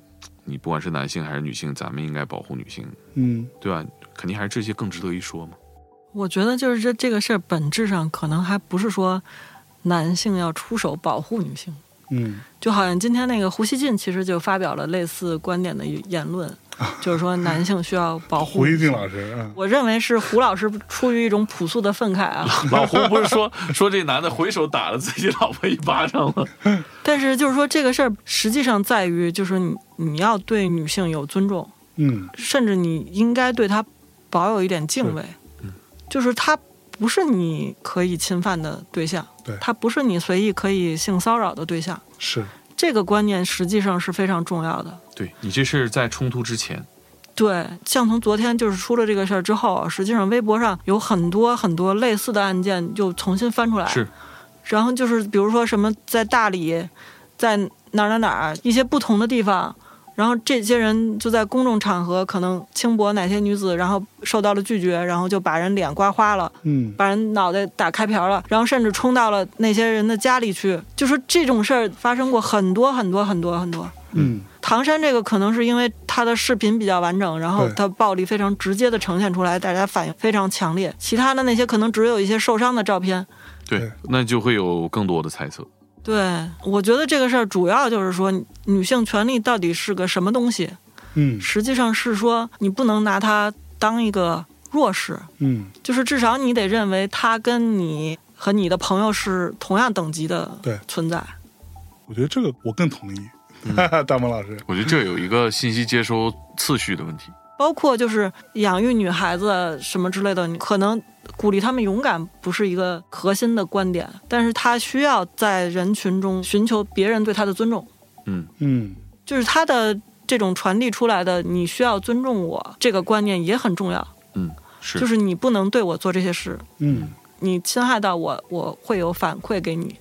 Speaker 2: 你不管是男性还是女性，咱们应该保护女性，
Speaker 1: 嗯
Speaker 2: 对吧？肯定还是这些更值得一说 嘛。
Speaker 3: 我觉得就是这这个事儿本质上可能还不是说男性要出手保护女性，
Speaker 1: 嗯
Speaker 3: 就好像今天那个胡锡进其实就发表了类似观点的言论，就是说男性需要保护。
Speaker 1: 胡一静老师，嗯，
Speaker 3: 我认为是胡老师出于一种朴素的愤慨啊，
Speaker 2: 老胡不是说说这男的回手打了自己老婆一巴掌吗？
Speaker 3: 但是就是说这个事儿实际上在于就是你你要对女性有尊重，
Speaker 1: 嗯，
Speaker 3: 甚至你应该对她保有一点敬畏，就是她不是你可以侵犯的对象，
Speaker 1: 对
Speaker 3: 她不是你随意可以性骚扰的对象。
Speaker 1: 是，
Speaker 3: 这个观念实际上是非常重要的。
Speaker 2: 对你这是在冲突之前，
Speaker 3: 对，像从昨天就是出了这个事儿之后，实际上微博上有很多很多类似的案件又重新翻出
Speaker 1: 哎
Speaker 3: 来，
Speaker 2: 是
Speaker 3: 然后就是比如说什么在大理，在哪儿哪儿哪儿一些不同的地方，然后这些人就在公众场合可能轻薄哪些女子，然后受到了拒绝，然后就把人脸刮花了，
Speaker 1: 嗯
Speaker 3: 把人脑袋打开瓢了，然后甚至冲到了那些人的家里去，就说这种事儿发生过很多很多很多很多。
Speaker 1: 嗯
Speaker 3: 唐山这个可能是因为他的视频比较完整，然后
Speaker 1: 对
Speaker 3: 他暴力非常直接的呈现出来，大家反应非常强烈。其他的那些可能只有一些受伤的照片。
Speaker 2: 对
Speaker 1: 对，
Speaker 2: 那就会有更多的猜测。
Speaker 3: 对，我觉得这个事儿主要就是说，女性权利到底是个什么东西？
Speaker 1: 嗯
Speaker 3: 实际上是说，你不能拿它当一个弱势，
Speaker 1: 嗯，
Speaker 3: 就是至少你得认为她跟你和你的朋友是同样等级的
Speaker 1: 对
Speaker 3: 存在。
Speaker 1: 我觉得这个我更同意，
Speaker 2: 嗯
Speaker 1: 大萌老师，
Speaker 2: 我觉得这有一个信息接收次序的问题。
Speaker 3: 包括就是养育女孩子什么之类的，你可能鼓励她们勇敢不是一个核心的观点，但是她需要在人群中寻求别人对她的尊重，
Speaker 2: 嗯，
Speaker 1: 嗯
Speaker 3: 就是她的这种传递出来的“你需要尊重我”这个观念也很重要，
Speaker 2: 嗯是
Speaker 3: 就是你不能对我做这些事，
Speaker 1: 嗯
Speaker 3: 你侵害到我，我会有反馈给你。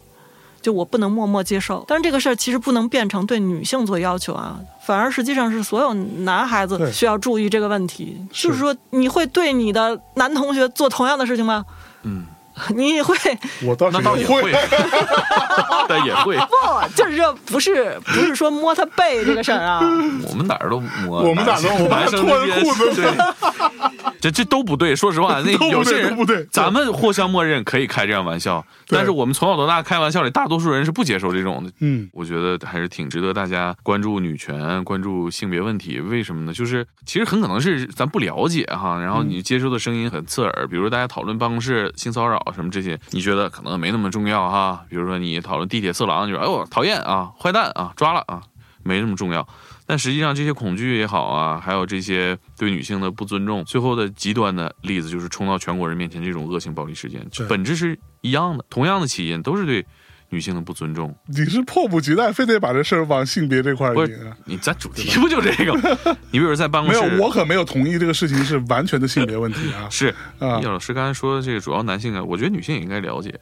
Speaker 3: 就我不能默默接受，但是这个事儿其实不能变成对女性做要求啊，反而实际上是所有男孩
Speaker 1: 对
Speaker 3: 子需要注意这个问题，
Speaker 1: 是
Speaker 3: 就是说你会对你的男同学做同样的事情吗？
Speaker 2: 嗯，
Speaker 3: 你也会
Speaker 1: 我倒是
Speaker 2: 那倒也会， 但也会，
Speaker 3: 不，就是说不是不是说摸他背这个事儿啊，
Speaker 2: 我们哪儿都摸，
Speaker 1: 我们哪儿都摸
Speaker 2: 男生
Speaker 1: 我们脱着裤子
Speaker 2: 对，这这都不对。说实话，那
Speaker 1: 都不对
Speaker 2: 有些
Speaker 1: 都
Speaker 2: 人
Speaker 1: 不对
Speaker 2: 咱们互相默认可以开这样玩笑，
Speaker 1: 对
Speaker 2: 但是我们从小到大开玩笑里，大多数人是不接受这种的。
Speaker 1: 嗯
Speaker 2: 我觉得还是挺值得大家关注女权、关注性别问题。为什么呢？就是其实很可能是咱不了解哈，然后你
Speaker 1: 嗯
Speaker 2: 接收的声音很刺耳。比如说大家讨论办公室性骚扰什么这些，你觉得可能没那么重要哈。比如说你讨论地铁色狼，你说哎呦讨厌啊，坏蛋啊，抓了啊，没那么重要。但实际上，这些恐惧也好啊，还有这些对女性的不尊重，最后的极端的例子就是冲到全国人面前这种恶性暴力事件
Speaker 1: 对，
Speaker 2: 本质是一样的，同样的起因都是对女性的不尊重。
Speaker 1: 你是迫不及待，非得把这事儿往性别这块儿
Speaker 2: 不
Speaker 1: 引
Speaker 2: 是
Speaker 1: 啊。
Speaker 2: 你咱主题不就这个吗？你比如在办公
Speaker 1: 没
Speaker 2: 室，！
Speaker 1: 有，我可没有同意这个事情是完全的性别问题啊
Speaker 2: 是
Speaker 1: 啊
Speaker 2: 叶老师刚才说的这个主要男性啊，我觉得女性也应该了解，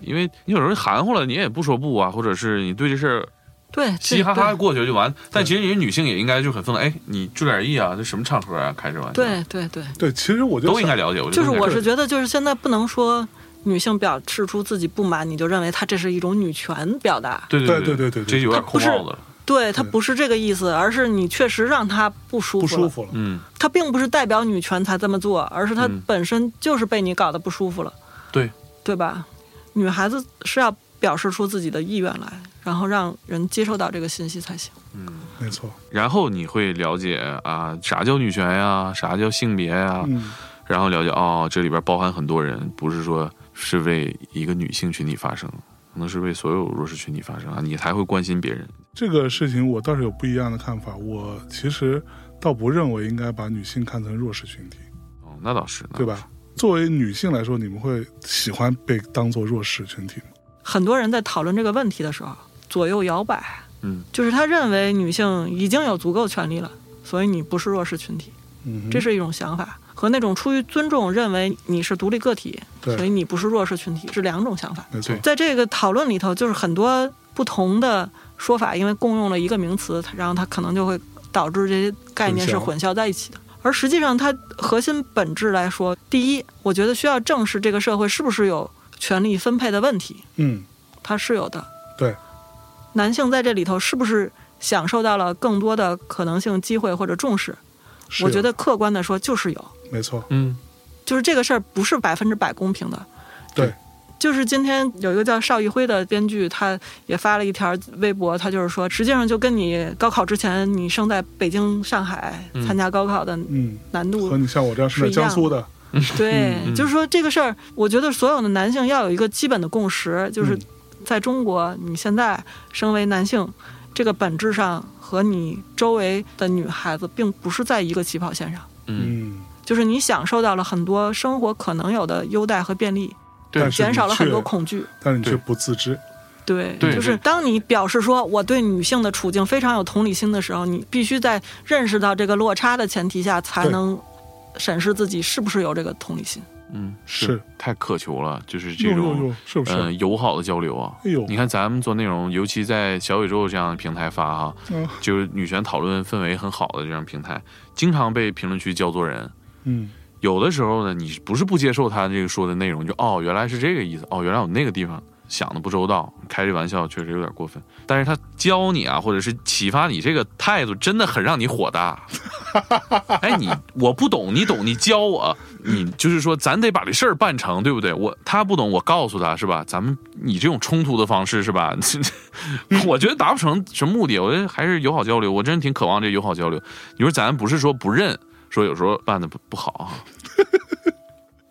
Speaker 2: 因为你有时候含糊了，你也不说不啊，或者是你对这事儿
Speaker 3: 对，
Speaker 2: 嘻嘻哈哈过去就完。但其实人女性也应该就很愤怒，哎，你注点意啊，这什么场合啊，开这玩笑，，
Speaker 3: 对对对，
Speaker 1: 对，其实我就
Speaker 2: 都应
Speaker 1: 想
Speaker 2: 该了解。我
Speaker 3: 就是我
Speaker 1: 嗯
Speaker 2: 是
Speaker 3: 是觉得就是现在不能说女性表示出自己不满，你就认为她这是一种女权表达，
Speaker 2: 对对
Speaker 1: 对对对对
Speaker 2: 这有点
Speaker 3: 它不
Speaker 2: 扣
Speaker 3: 是
Speaker 2: 帽子了，
Speaker 3: 对她
Speaker 1: 对
Speaker 3: 不是这个意思，而是你确实让她不舒服
Speaker 1: 不
Speaker 3: 了，
Speaker 1: 舒服了。
Speaker 2: 嗯，
Speaker 3: 它并不是代表女权才这么做，而是它
Speaker 2: 嗯
Speaker 3: 本身就是被你搞得不舒服了，
Speaker 2: 对
Speaker 3: 对吧？女孩子是要表示出自己的意愿来，然后让人接受到这个信息才行。
Speaker 2: 嗯
Speaker 1: 没错，
Speaker 2: 然后你会了解啊，啥叫女权呀、啥叫性别呀、
Speaker 1: 嗯，
Speaker 2: 然后了解哦，这里边包含很多人，不是说是为一个女性群体发声，可能是为所有弱势群体发声啊，你才会关心别人。
Speaker 1: 这个事情我倒是有不一样的看法，我其实倒不认为应该把女性看成弱势群体，
Speaker 2: 哦，那倒是，那
Speaker 1: 对吧？作为女性来说，你们会喜欢被当做弱势群体吗？
Speaker 3: 很多人在讨论这个问题的时候左右摇摆，
Speaker 2: 嗯，
Speaker 3: 就是他认为女性已经有足够权利了，所以你不是弱势群体，
Speaker 1: 嗯哼，
Speaker 3: 这是一种想法，和那种出于尊重认为你是独立个体，
Speaker 1: 对
Speaker 3: 所以你不是弱势群体是两种想法。
Speaker 1: 没错
Speaker 2: 对，
Speaker 3: 在这个讨论里头，就是很多不同的说法，因为共用了一个名词，它然后它可能就会导致这些概念是
Speaker 1: 混
Speaker 3: 混淆在一起的。而实际上，它核心本质来说，第一，我觉得需要正视这个社会是不是有权力分配的问题，
Speaker 1: 嗯，
Speaker 3: 它是有的。
Speaker 1: 对，
Speaker 3: 男性在这里头是不是享受到了更多的可能性、机会或者重视？
Speaker 1: 是
Speaker 3: 我
Speaker 1: 有
Speaker 3: 觉得客观的说，就是有。
Speaker 1: 没错，
Speaker 2: 嗯，
Speaker 3: 就是这个事儿不是百分之百公平的。
Speaker 1: 对，
Speaker 3: 就是今天有一个叫邵艺辉的编剧，他也发了一条微博，他就是说，实际上就跟你高考之前你生在北京、上海
Speaker 2: 嗯
Speaker 3: 参加高考的
Speaker 1: 嗯，
Speaker 3: 难度，
Speaker 1: 和你像我这样是在
Speaker 3: 是一样
Speaker 1: 江苏的，
Speaker 3: 对，
Speaker 2: 嗯
Speaker 3: 就是说这个事儿，我觉得所有的男性要有一个基本的共识，就是
Speaker 1: 嗯
Speaker 3: 在中国，你现在身为男性，这个本质上和你周围的女孩子并不是在一个起跑线上，
Speaker 2: 嗯，
Speaker 1: 嗯，
Speaker 3: 就是你享受到了很多生活可能有的优待和便利。
Speaker 2: 对
Speaker 1: 但是
Speaker 3: 减少了很多
Speaker 1: 你却，
Speaker 3: 恐惧。
Speaker 1: 但是你却
Speaker 2: 对
Speaker 1: 不自知，
Speaker 3: 对，
Speaker 2: 对
Speaker 3: 就是
Speaker 2: 是
Speaker 3: 当你表示说我对女性的处境非常有同理心的时候，你必须在认识到这个落差的前提下，才
Speaker 1: 对
Speaker 3: 能审视自己是不是有这个同理心。
Speaker 2: 嗯，
Speaker 1: 是
Speaker 2: 太渴求了，就是这
Speaker 1: 哟哟
Speaker 2: 种
Speaker 1: 哟，是不是？
Speaker 2: 嗯友好的交流啊。
Speaker 1: 哎呦，
Speaker 2: 你看咱们做内容，尤其在小宇宙这样的平台发哈，
Speaker 1: 啊，
Speaker 2: 就是女权讨论氛围很好的这样平台，经常被评论区教做人。
Speaker 1: 嗯，
Speaker 2: 有的时候呢，你不是不接受他这个说的内容，就哦，原来是这个意思，哦，原来我那个地方想的不周到，开这玩笑确实有点过分。但是他教你啊，或者是启发你这个态度，真的很让你火大。哎，你我不懂，你懂，你教我，你就是说，咱得把这事儿办成，对不对？我他不懂，我告诉他是吧？咱们以这种冲突的方式是吧？ 我觉得达不成什么目的，我觉得还是友好交流。我真挺渴望这友好交流。你说咱不是说不认，说有时候办的不不好啊，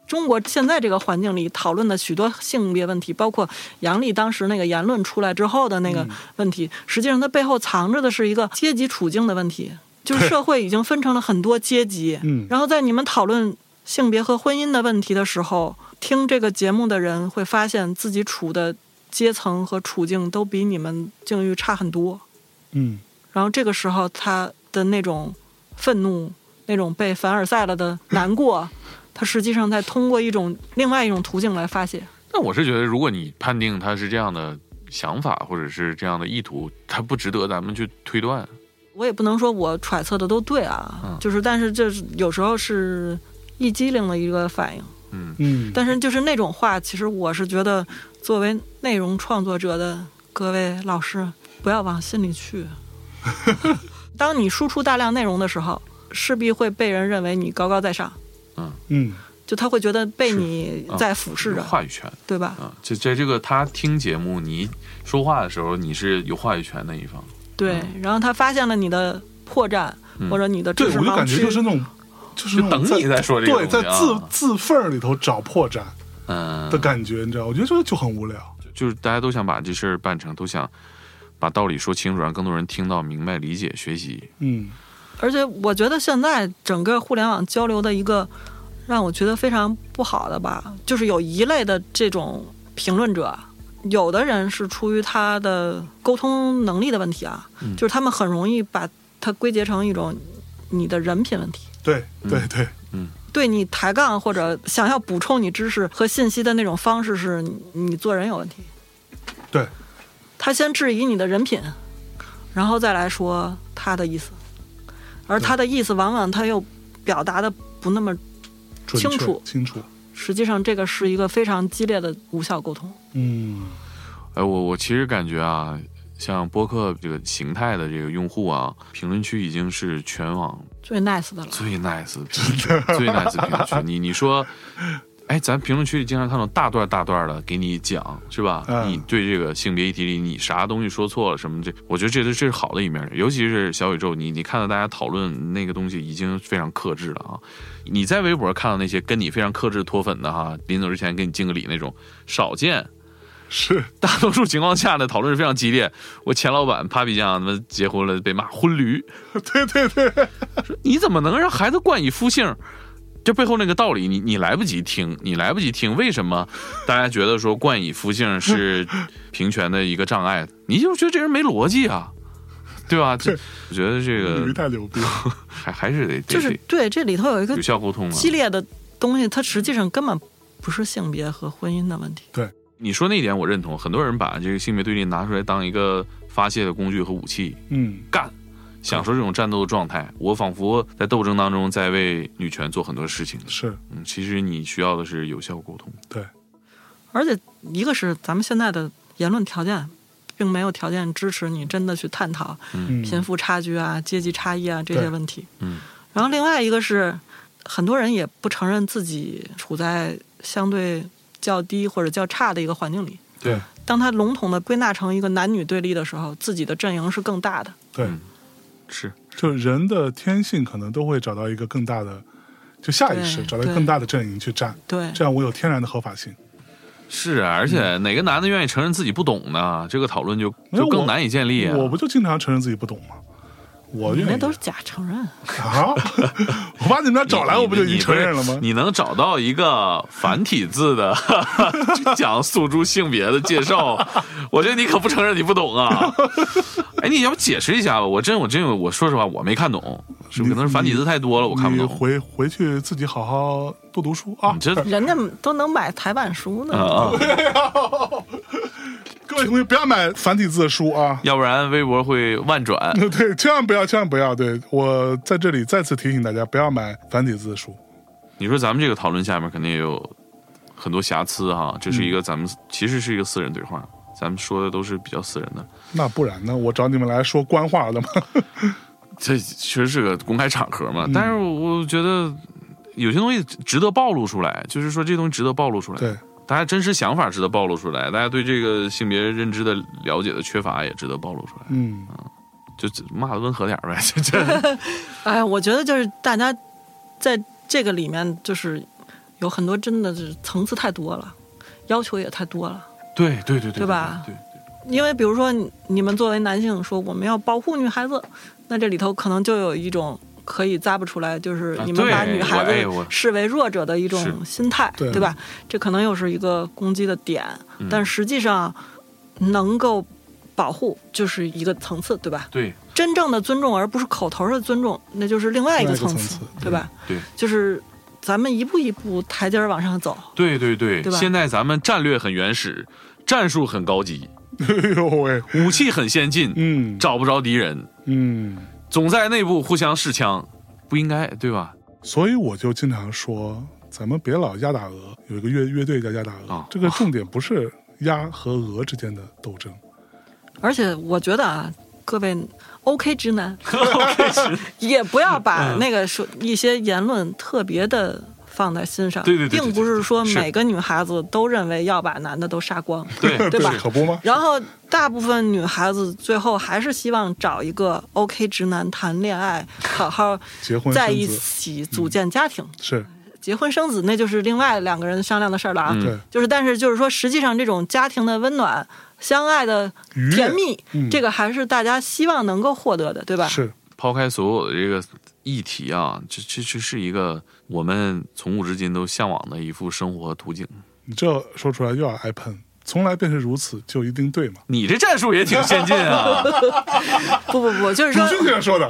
Speaker 3: 中国现在这个环境里讨论的许多性别问题，包括杨笠当时那个言论出来之后的那
Speaker 1: 嗯
Speaker 3: 个问题，实际上它背后藏着的是一个阶级处境的问题，就是社会已经分成了很多阶级。
Speaker 1: 嗯
Speaker 3: 然后在你们讨论性别和婚姻的问题的时候，听这个节目的人会发现自己处的阶层和处境都比你们境遇差很多。
Speaker 1: 嗯，
Speaker 3: 然后这个时候他的那种愤怒、那种被凡尔赛了的难过，他实际上在通过一种另外一种途径来发泄。
Speaker 2: 那我是觉得，如果你判定他是这样的想法或者是这样的意图，他不值得咱们去推断。
Speaker 3: 我也不能说我揣测的都对啊，
Speaker 2: 嗯
Speaker 3: 就是但是这是有时候是一机灵的一个反应，
Speaker 2: 嗯，
Speaker 1: 嗯，
Speaker 3: 但是就是那种话，其实我是觉得作为内容创作者的各位老师，不要往心 里去。当你输出大量内容的时候，势必会被人认为你高高在上。
Speaker 1: 嗯，
Speaker 3: 就他会觉得被你
Speaker 2: 是啊
Speaker 3: 在俯视着，
Speaker 2: 有话语权
Speaker 3: 对吧？
Speaker 2: 啊，这在这个他听节目你说话的时候，你是有话语权的一方。
Speaker 3: 对，
Speaker 1: 嗯
Speaker 3: 然后他发现了你的破绽、
Speaker 2: 嗯
Speaker 3: 或者你的
Speaker 1: 对
Speaker 3: 知，识
Speaker 1: 我就
Speaker 3: 盲
Speaker 1: 感觉
Speaker 3: 区，
Speaker 1: 就是那种，就是那种
Speaker 2: 就等你再说这个
Speaker 1: 对，在
Speaker 2: 东西
Speaker 1: 字
Speaker 2: 啊
Speaker 1: 字缝儿里头找破绽
Speaker 2: 嗯
Speaker 1: 的，感觉，你知道？我觉得这就很无聊，
Speaker 2: 就是大家都想把这事儿办成，都想把道理说清楚，让更多人听到、明白、理解、学习。
Speaker 1: 嗯，
Speaker 3: 而且我觉得现在整个互联网交流的一个让我觉得非常不好的吧，就是有一类的这种评论者，有的人是出于他的沟通能力的问题啊，
Speaker 2: 嗯
Speaker 3: 就是他们很容易把它归结成一种你的人品问题。
Speaker 1: 对
Speaker 2: 嗯
Speaker 1: 对对，
Speaker 3: 对你抬杠或者想要补充你知识和信息的那种方式是你，你做人有问题。
Speaker 1: 对，
Speaker 3: 他先质疑你的人品，然后再来说他的意思，而他的意思往往他又表达的不那么，
Speaker 1: 准
Speaker 3: 清
Speaker 1: 确
Speaker 3: 楚
Speaker 1: 清楚，
Speaker 3: 实际上这个是一个非常激烈的无效沟通。
Speaker 1: 嗯
Speaker 2: 哎，我我其实感觉啊，像播客这个形态的这个用户啊，评论区已经是全网
Speaker 3: 最 nice 的了，
Speaker 2: 最 nice 的评论区，最 nice 的评论区。你你说，哎，咱评论区里经常看到大段大段的给你讲，是吧？
Speaker 1: 嗯
Speaker 2: 你对这个性别议题里你啥东西说错了什么这，我觉得这都这是好的一面，尤其是小宇宙，你你看到大家讨论那个东西已经非常克制了啊。你在微博看到那些跟你非常克制脱粉的哈，临走之前给你敬个礼那种，少见。
Speaker 1: 是
Speaker 2: 大 多数情况下呢，讨论是非常激烈。我前老板帕比酱他妈结婚了被骂婚驴，
Speaker 1: 对对对，
Speaker 2: 说你怎么能让孩子冠以夫姓？这背后那个道理，你你来不及听，你来不及听。为什么大家觉得说冠以夫姓是平权的一个障碍？你就觉得这人没逻辑啊，对 吧？这我觉得这
Speaker 1: 驴
Speaker 2: 个
Speaker 1: 太牛逼了，
Speaker 2: 还还是得
Speaker 3: 就
Speaker 2: 得
Speaker 3: 是
Speaker 2: 得
Speaker 3: 对这里头有一个
Speaker 2: 有效沟通啊。
Speaker 3: 激烈的东西，它实际上根本不是性别和婚姻的问题。
Speaker 2: 你说那一点我认同，很多人把这个性别对立拿出来当一个发泄的工具和武器，
Speaker 1: 嗯，
Speaker 2: 干，享受这种战斗的状态。我仿佛在斗争当中在为女权做很多事情。
Speaker 1: 是
Speaker 2: 嗯，其实你需要的是有效沟通。
Speaker 1: 对，
Speaker 3: 而且一个是咱们现在的言论条件，并没有条件支持你真的去探讨
Speaker 1: 嗯，
Speaker 3: 贫富差距啊、阶级差异啊这
Speaker 1: 对
Speaker 3: 些问题。
Speaker 2: 嗯，
Speaker 3: 然后另外一个是，很多人也不承认自己处在相对较低或者较差的一个环境里。
Speaker 1: 对
Speaker 3: 当他笼统的归纳成一个男女对立的时候，自己的阵营是更大的。
Speaker 1: 对，
Speaker 2: 嗯是，
Speaker 1: 就人的天性可能都会找到一个更大的，就下意识
Speaker 3: 对
Speaker 1: 找到一个更大的阵营去站，
Speaker 3: 对，
Speaker 1: 这样我有天然的合法性。
Speaker 2: 是啊，而且哪个男的愿意承认自己不懂呢？这个讨论就
Speaker 1: 嗯没有
Speaker 2: 就
Speaker 1: 我
Speaker 2: 更难以建立啊。
Speaker 1: 我不就经常承认自己不懂吗？我
Speaker 3: 你
Speaker 1: 愿
Speaker 3: 那
Speaker 1: 意
Speaker 3: 都是假承认。
Speaker 1: 啊！ 我把你们俩找来，
Speaker 2: 你
Speaker 1: 我不就已经承认了
Speaker 2: 你
Speaker 1: 吗
Speaker 2: 不是？你能找到一个繁体字的 讲诉诸性别的介绍，我觉得你可不承认你不懂啊！哎，你要不解释一下吧？我真我真有，我说实话我没看懂，是不是可能是繁体字太多了，我看不
Speaker 1: 你
Speaker 2: 懂。
Speaker 1: 回回去自己好好多读书啊
Speaker 2: 你！这
Speaker 3: 人家都能买台版书呢，
Speaker 2: 啊啊，
Speaker 1: 各位同学不要买繁体字的书啊！
Speaker 2: 要不然微博会万转。
Speaker 1: 对，千万不要，千万不要！对我在这里再次提醒大家，不要买繁体字书。
Speaker 2: 你说咱们这个讨论下面肯定也有很多瑕疵哈，这是一个咱们其实是一个私人对话，咱们说的都是比较私人的。
Speaker 1: 那不然呢？我找你们来说官话的吗？
Speaker 2: 这确实是个公开场合嘛，但是我觉得有些东西值得暴露出来，就是说这东西值得暴露出来，
Speaker 1: 对，
Speaker 2: 大家真实想法值得暴露出来，大家对这个性别认知的了解的缺乏也值得暴露出来，
Speaker 1: 嗯，
Speaker 2: 就就骂的温和点儿呗，这这
Speaker 3: 哎，我觉得就是大家在这个里面，就是有很多真的是层次太多了，要求也太多了。
Speaker 2: 对对对对
Speaker 3: 对吧
Speaker 2: 对，对
Speaker 3: 因为比如说你你们作为男性说我们要保护女孩子，那这里头可能就有一种可以咂不出来，就是
Speaker 2: 啊
Speaker 3: 你们把
Speaker 2: 对
Speaker 3: 女孩
Speaker 2: 我哎
Speaker 3: 子
Speaker 2: 我
Speaker 3: 视为弱者的一种
Speaker 2: 是
Speaker 3: 心态，
Speaker 1: 对
Speaker 3: 吧？这可能又是一个攻击的点，
Speaker 2: 嗯
Speaker 3: 但实际上能够保护就是一个层次，对吧？
Speaker 2: 对
Speaker 3: 真正的尊重，而不是口头的尊重，那就是另外一个
Speaker 1: 另外一个
Speaker 3: 层次，
Speaker 1: 层次
Speaker 3: 对吧？
Speaker 2: 对
Speaker 3: 就是咱们一步一步台阶儿往上走，
Speaker 2: 对对对
Speaker 3: 对吧
Speaker 2: 现在咱们战略很原始，战术很高级，
Speaker 1: 哎呦喂，
Speaker 2: 武器很先进，
Speaker 1: 嗯
Speaker 2: 找不着敌人，
Speaker 1: 嗯，
Speaker 2: 总在内部互相试枪，不应该对 吧？
Speaker 1: 所以我就经常说，咱们别老鸭打鹅。有一个乐乐队叫鸭打鹅，
Speaker 2: 啊
Speaker 1: 这个重点不是鸭和鹅之间的斗争，
Speaker 3: 而且我觉得啊，各位 OK 直男也不要把
Speaker 2: 嗯
Speaker 3: 那个说一些言论特别的放在心上，
Speaker 2: 对对对对
Speaker 3: 并不是说
Speaker 2: 对对对
Speaker 3: 每个女孩子都认为要把男的都杀光。
Speaker 2: 对
Speaker 3: 对吧
Speaker 2: 是
Speaker 1: 可不吗？
Speaker 3: 然后，大部分女孩子最后还是希望找一个 OK 直男谈恋爱，好好
Speaker 1: 结婚
Speaker 3: 在
Speaker 1: 生
Speaker 3: 一
Speaker 1: 子
Speaker 3: 起组建家庭，
Speaker 1: 是
Speaker 3: 结婚生子那就是另外两个人商量的事儿了啊。
Speaker 2: 嗯
Speaker 1: 对
Speaker 3: 就是，但是就是说，实际上这种家庭的温暖、相爱的
Speaker 1: 愉悦
Speaker 3: 甜蜜，
Speaker 1: 嗯
Speaker 3: 这个还是大家希望能够获得的，对吧？
Speaker 1: 是，
Speaker 2: 抛开所有的这个议题啊，这这这是一个我们从古至今都向往的一副生活图 景。
Speaker 1: 你这说出来又要挨喷，从来便是如此，就一定对吗？
Speaker 2: 你这战术也挺先 进啊，
Speaker 3: 不不不，就是
Speaker 1: 鲁迅先生说的，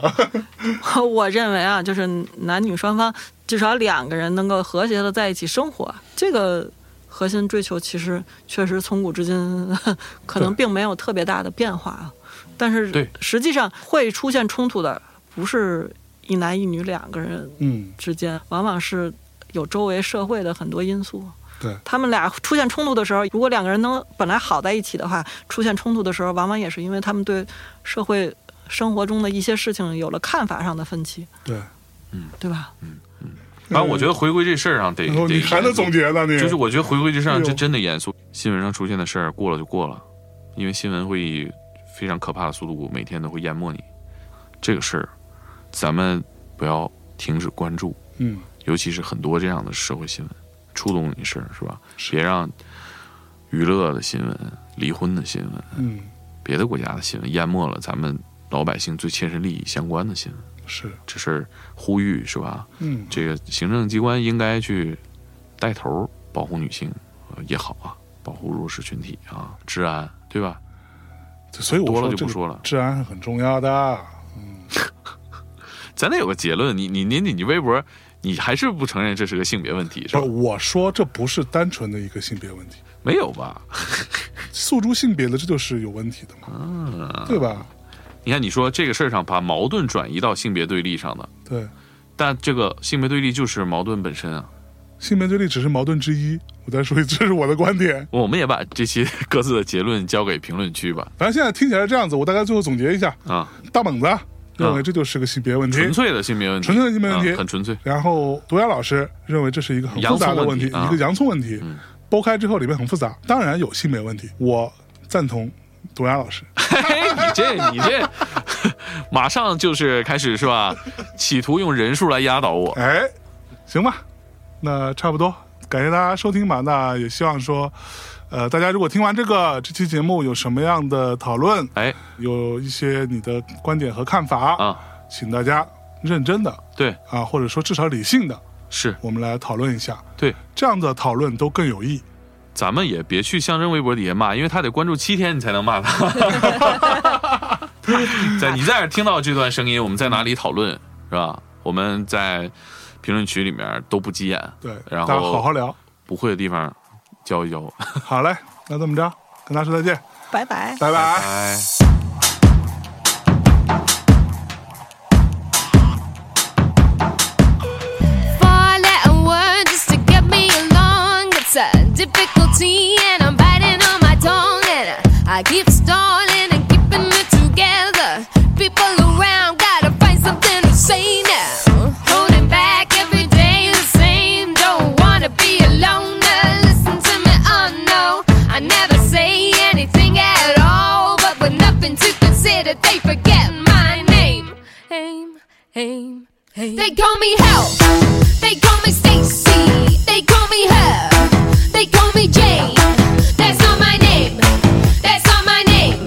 Speaker 3: 说， 我认为啊，就是男女双方至少两个人能够和谐的在一起生活，这个核心追求其实确实从古至今 可能
Speaker 1: 对
Speaker 3: 并没有特别大的变化啊。但是
Speaker 2: 对
Speaker 3: 实际上会出现冲突的，不是一男一女两个人
Speaker 1: 嗯，
Speaker 3: 之间，往往是有周围社会的很多因素。
Speaker 1: 对，
Speaker 3: 他们俩出现冲突的时候，如果两个人能本来好在一起的话，出现冲突的时候，往往也是因为他们对社会生活中的一些事情有了看法上的分歧，
Speaker 1: 对。
Speaker 3: 对吧？
Speaker 2: 反正啊我觉得回归这事儿上得
Speaker 1: 然后嗯哦
Speaker 2: 得
Speaker 1: 你还能总，结呢？你
Speaker 2: 就是我觉得回归这事儿上
Speaker 1: 哎
Speaker 2: 这
Speaker 1: 呦
Speaker 2: 真的严肃。新闻上出现的事儿过了就过了，因为新闻会以非常可怕的速度每天都会淹没你。这个事儿，咱们不要停止关注，
Speaker 1: 嗯，
Speaker 2: 尤其是很多这样的社会新闻，触动你事儿是吧？
Speaker 1: 是
Speaker 2: 别让娱乐的新闻、离婚的新闻、
Speaker 1: 嗯，
Speaker 2: 别的国家的新闻，淹没了咱们老百姓最切身利益相关的新闻。
Speaker 1: 是，
Speaker 2: 这是呼吁是吧？
Speaker 1: 嗯，
Speaker 2: 这个行政机关应该去带头保护女性呃也好啊，保护弱势群体啊，治安对吧？
Speaker 1: 所哎以我
Speaker 2: 多
Speaker 1: 说
Speaker 2: 了就
Speaker 1: 这
Speaker 2: 不
Speaker 1: 个
Speaker 2: 说了
Speaker 1: 治安是很重要的。嗯
Speaker 2: 咱得有个结论。你你你你你微博，你还是不承认这是个性别问题是
Speaker 1: 不
Speaker 2: 吧
Speaker 1: 是，？我说这不是单纯的一个性别问题，
Speaker 2: 没有吧？
Speaker 1: 诉诸性别的这就是有问题的嘛，
Speaker 2: 啊
Speaker 1: 对吧？
Speaker 2: 你看你说这个事儿上把矛盾转移到性别对立上的，
Speaker 1: 对，
Speaker 2: 但这个性别对立就是矛盾本身啊。
Speaker 1: 性别对立只是矛盾之一。我再说一，这是我的观点。
Speaker 2: 我们也把这些各自的结论交给评论区吧。
Speaker 1: 反正现在听起来是这样子，我大概最后总结一下：
Speaker 2: 啊，
Speaker 1: 大猛子认为这就是个性别问题，
Speaker 2: 纯粹的性别问题，
Speaker 1: 纯粹的性别问题
Speaker 2: 啊很纯粹。
Speaker 1: 然后毒牙老师认为这是一个很复杂的问题，
Speaker 2: 洋葱问题啊
Speaker 1: 一个洋葱问题，剥开之后里面很复杂，当然有性别问题，我赞同毒牙老师。
Speaker 2: 嘿，哎你这你这， 马上就是开始是吧？企图用人数来压倒我。
Speaker 1: 哎，行吧，那差不多，感谢大家收听吧。那也希望说，呃，大家如果听完这个这期节目有什么样的讨论，
Speaker 2: 哎
Speaker 1: 有一些你的观点和看法，
Speaker 2: 啊，
Speaker 1: 请大家认真的
Speaker 2: 对，
Speaker 1: 啊，或者说至少理性的，
Speaker 2: 是
Speaker 1: 我们来讨论一下，
Speaker 2: 对，
Speaker 1: 这样的讨论都更有益。
Speaker 2: 咱们也别去象征微博底下骂，因为他得关注七天你才能骂他。 在你在这儿听到这段声音，我们在哪里讨论是吧？我们在评论区里面都不急眼，
Speaker 1: 对，
Speaker 2: 然后
Speaker 1: 大家好好聊。
Speaker 2: 不会的地方教一教我。
Speaker 1: 好嘞，那这么着，跟大家说再见，
Speaker 3: 拜拜。
Speaker 1: 拜拜
Speaker 2: 拜。
Speaker 4: four letter word just to get me along. It's a difficulty, and I'm biting on my tongue. And I, I keep stalling and keeping it together. People around gotta find something to say now. Holding back every day the same. Don't wanna be alone. Listen to me, oh no. I never say anything at all, but with nothing to consider, they forget my name. Aim, aim, aim. They call me help. They call me Stacy. They call me her. They call me Jane. That's not my name. That's not my name.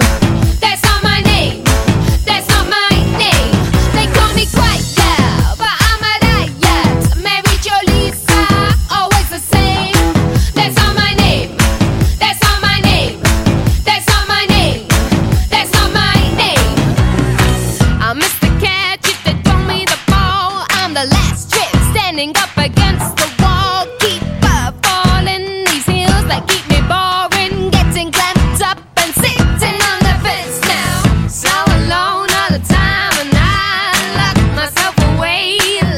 Speaker 4: That's not my name. That's not my name. They call me quiet girl, but I'm a riot. Mary Jo Lisa, always the same. That's not my name. That's not my name. That's not my name. That's not my name. I'm Mr. Uh, Catch if they throw me the ball. I'm the last trip standing up against the wall. Keep up falling these hills that keep me boring. Getting clamped up and sitting on the fence now. So alone all the time, and I lock myself away.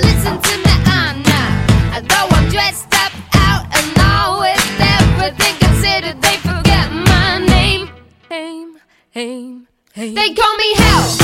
Speaker 4: Listen to me, I'm not. Although I'm dressed up, out and all with everything considered, they forget my name. Aim, aim, aim. They call me help.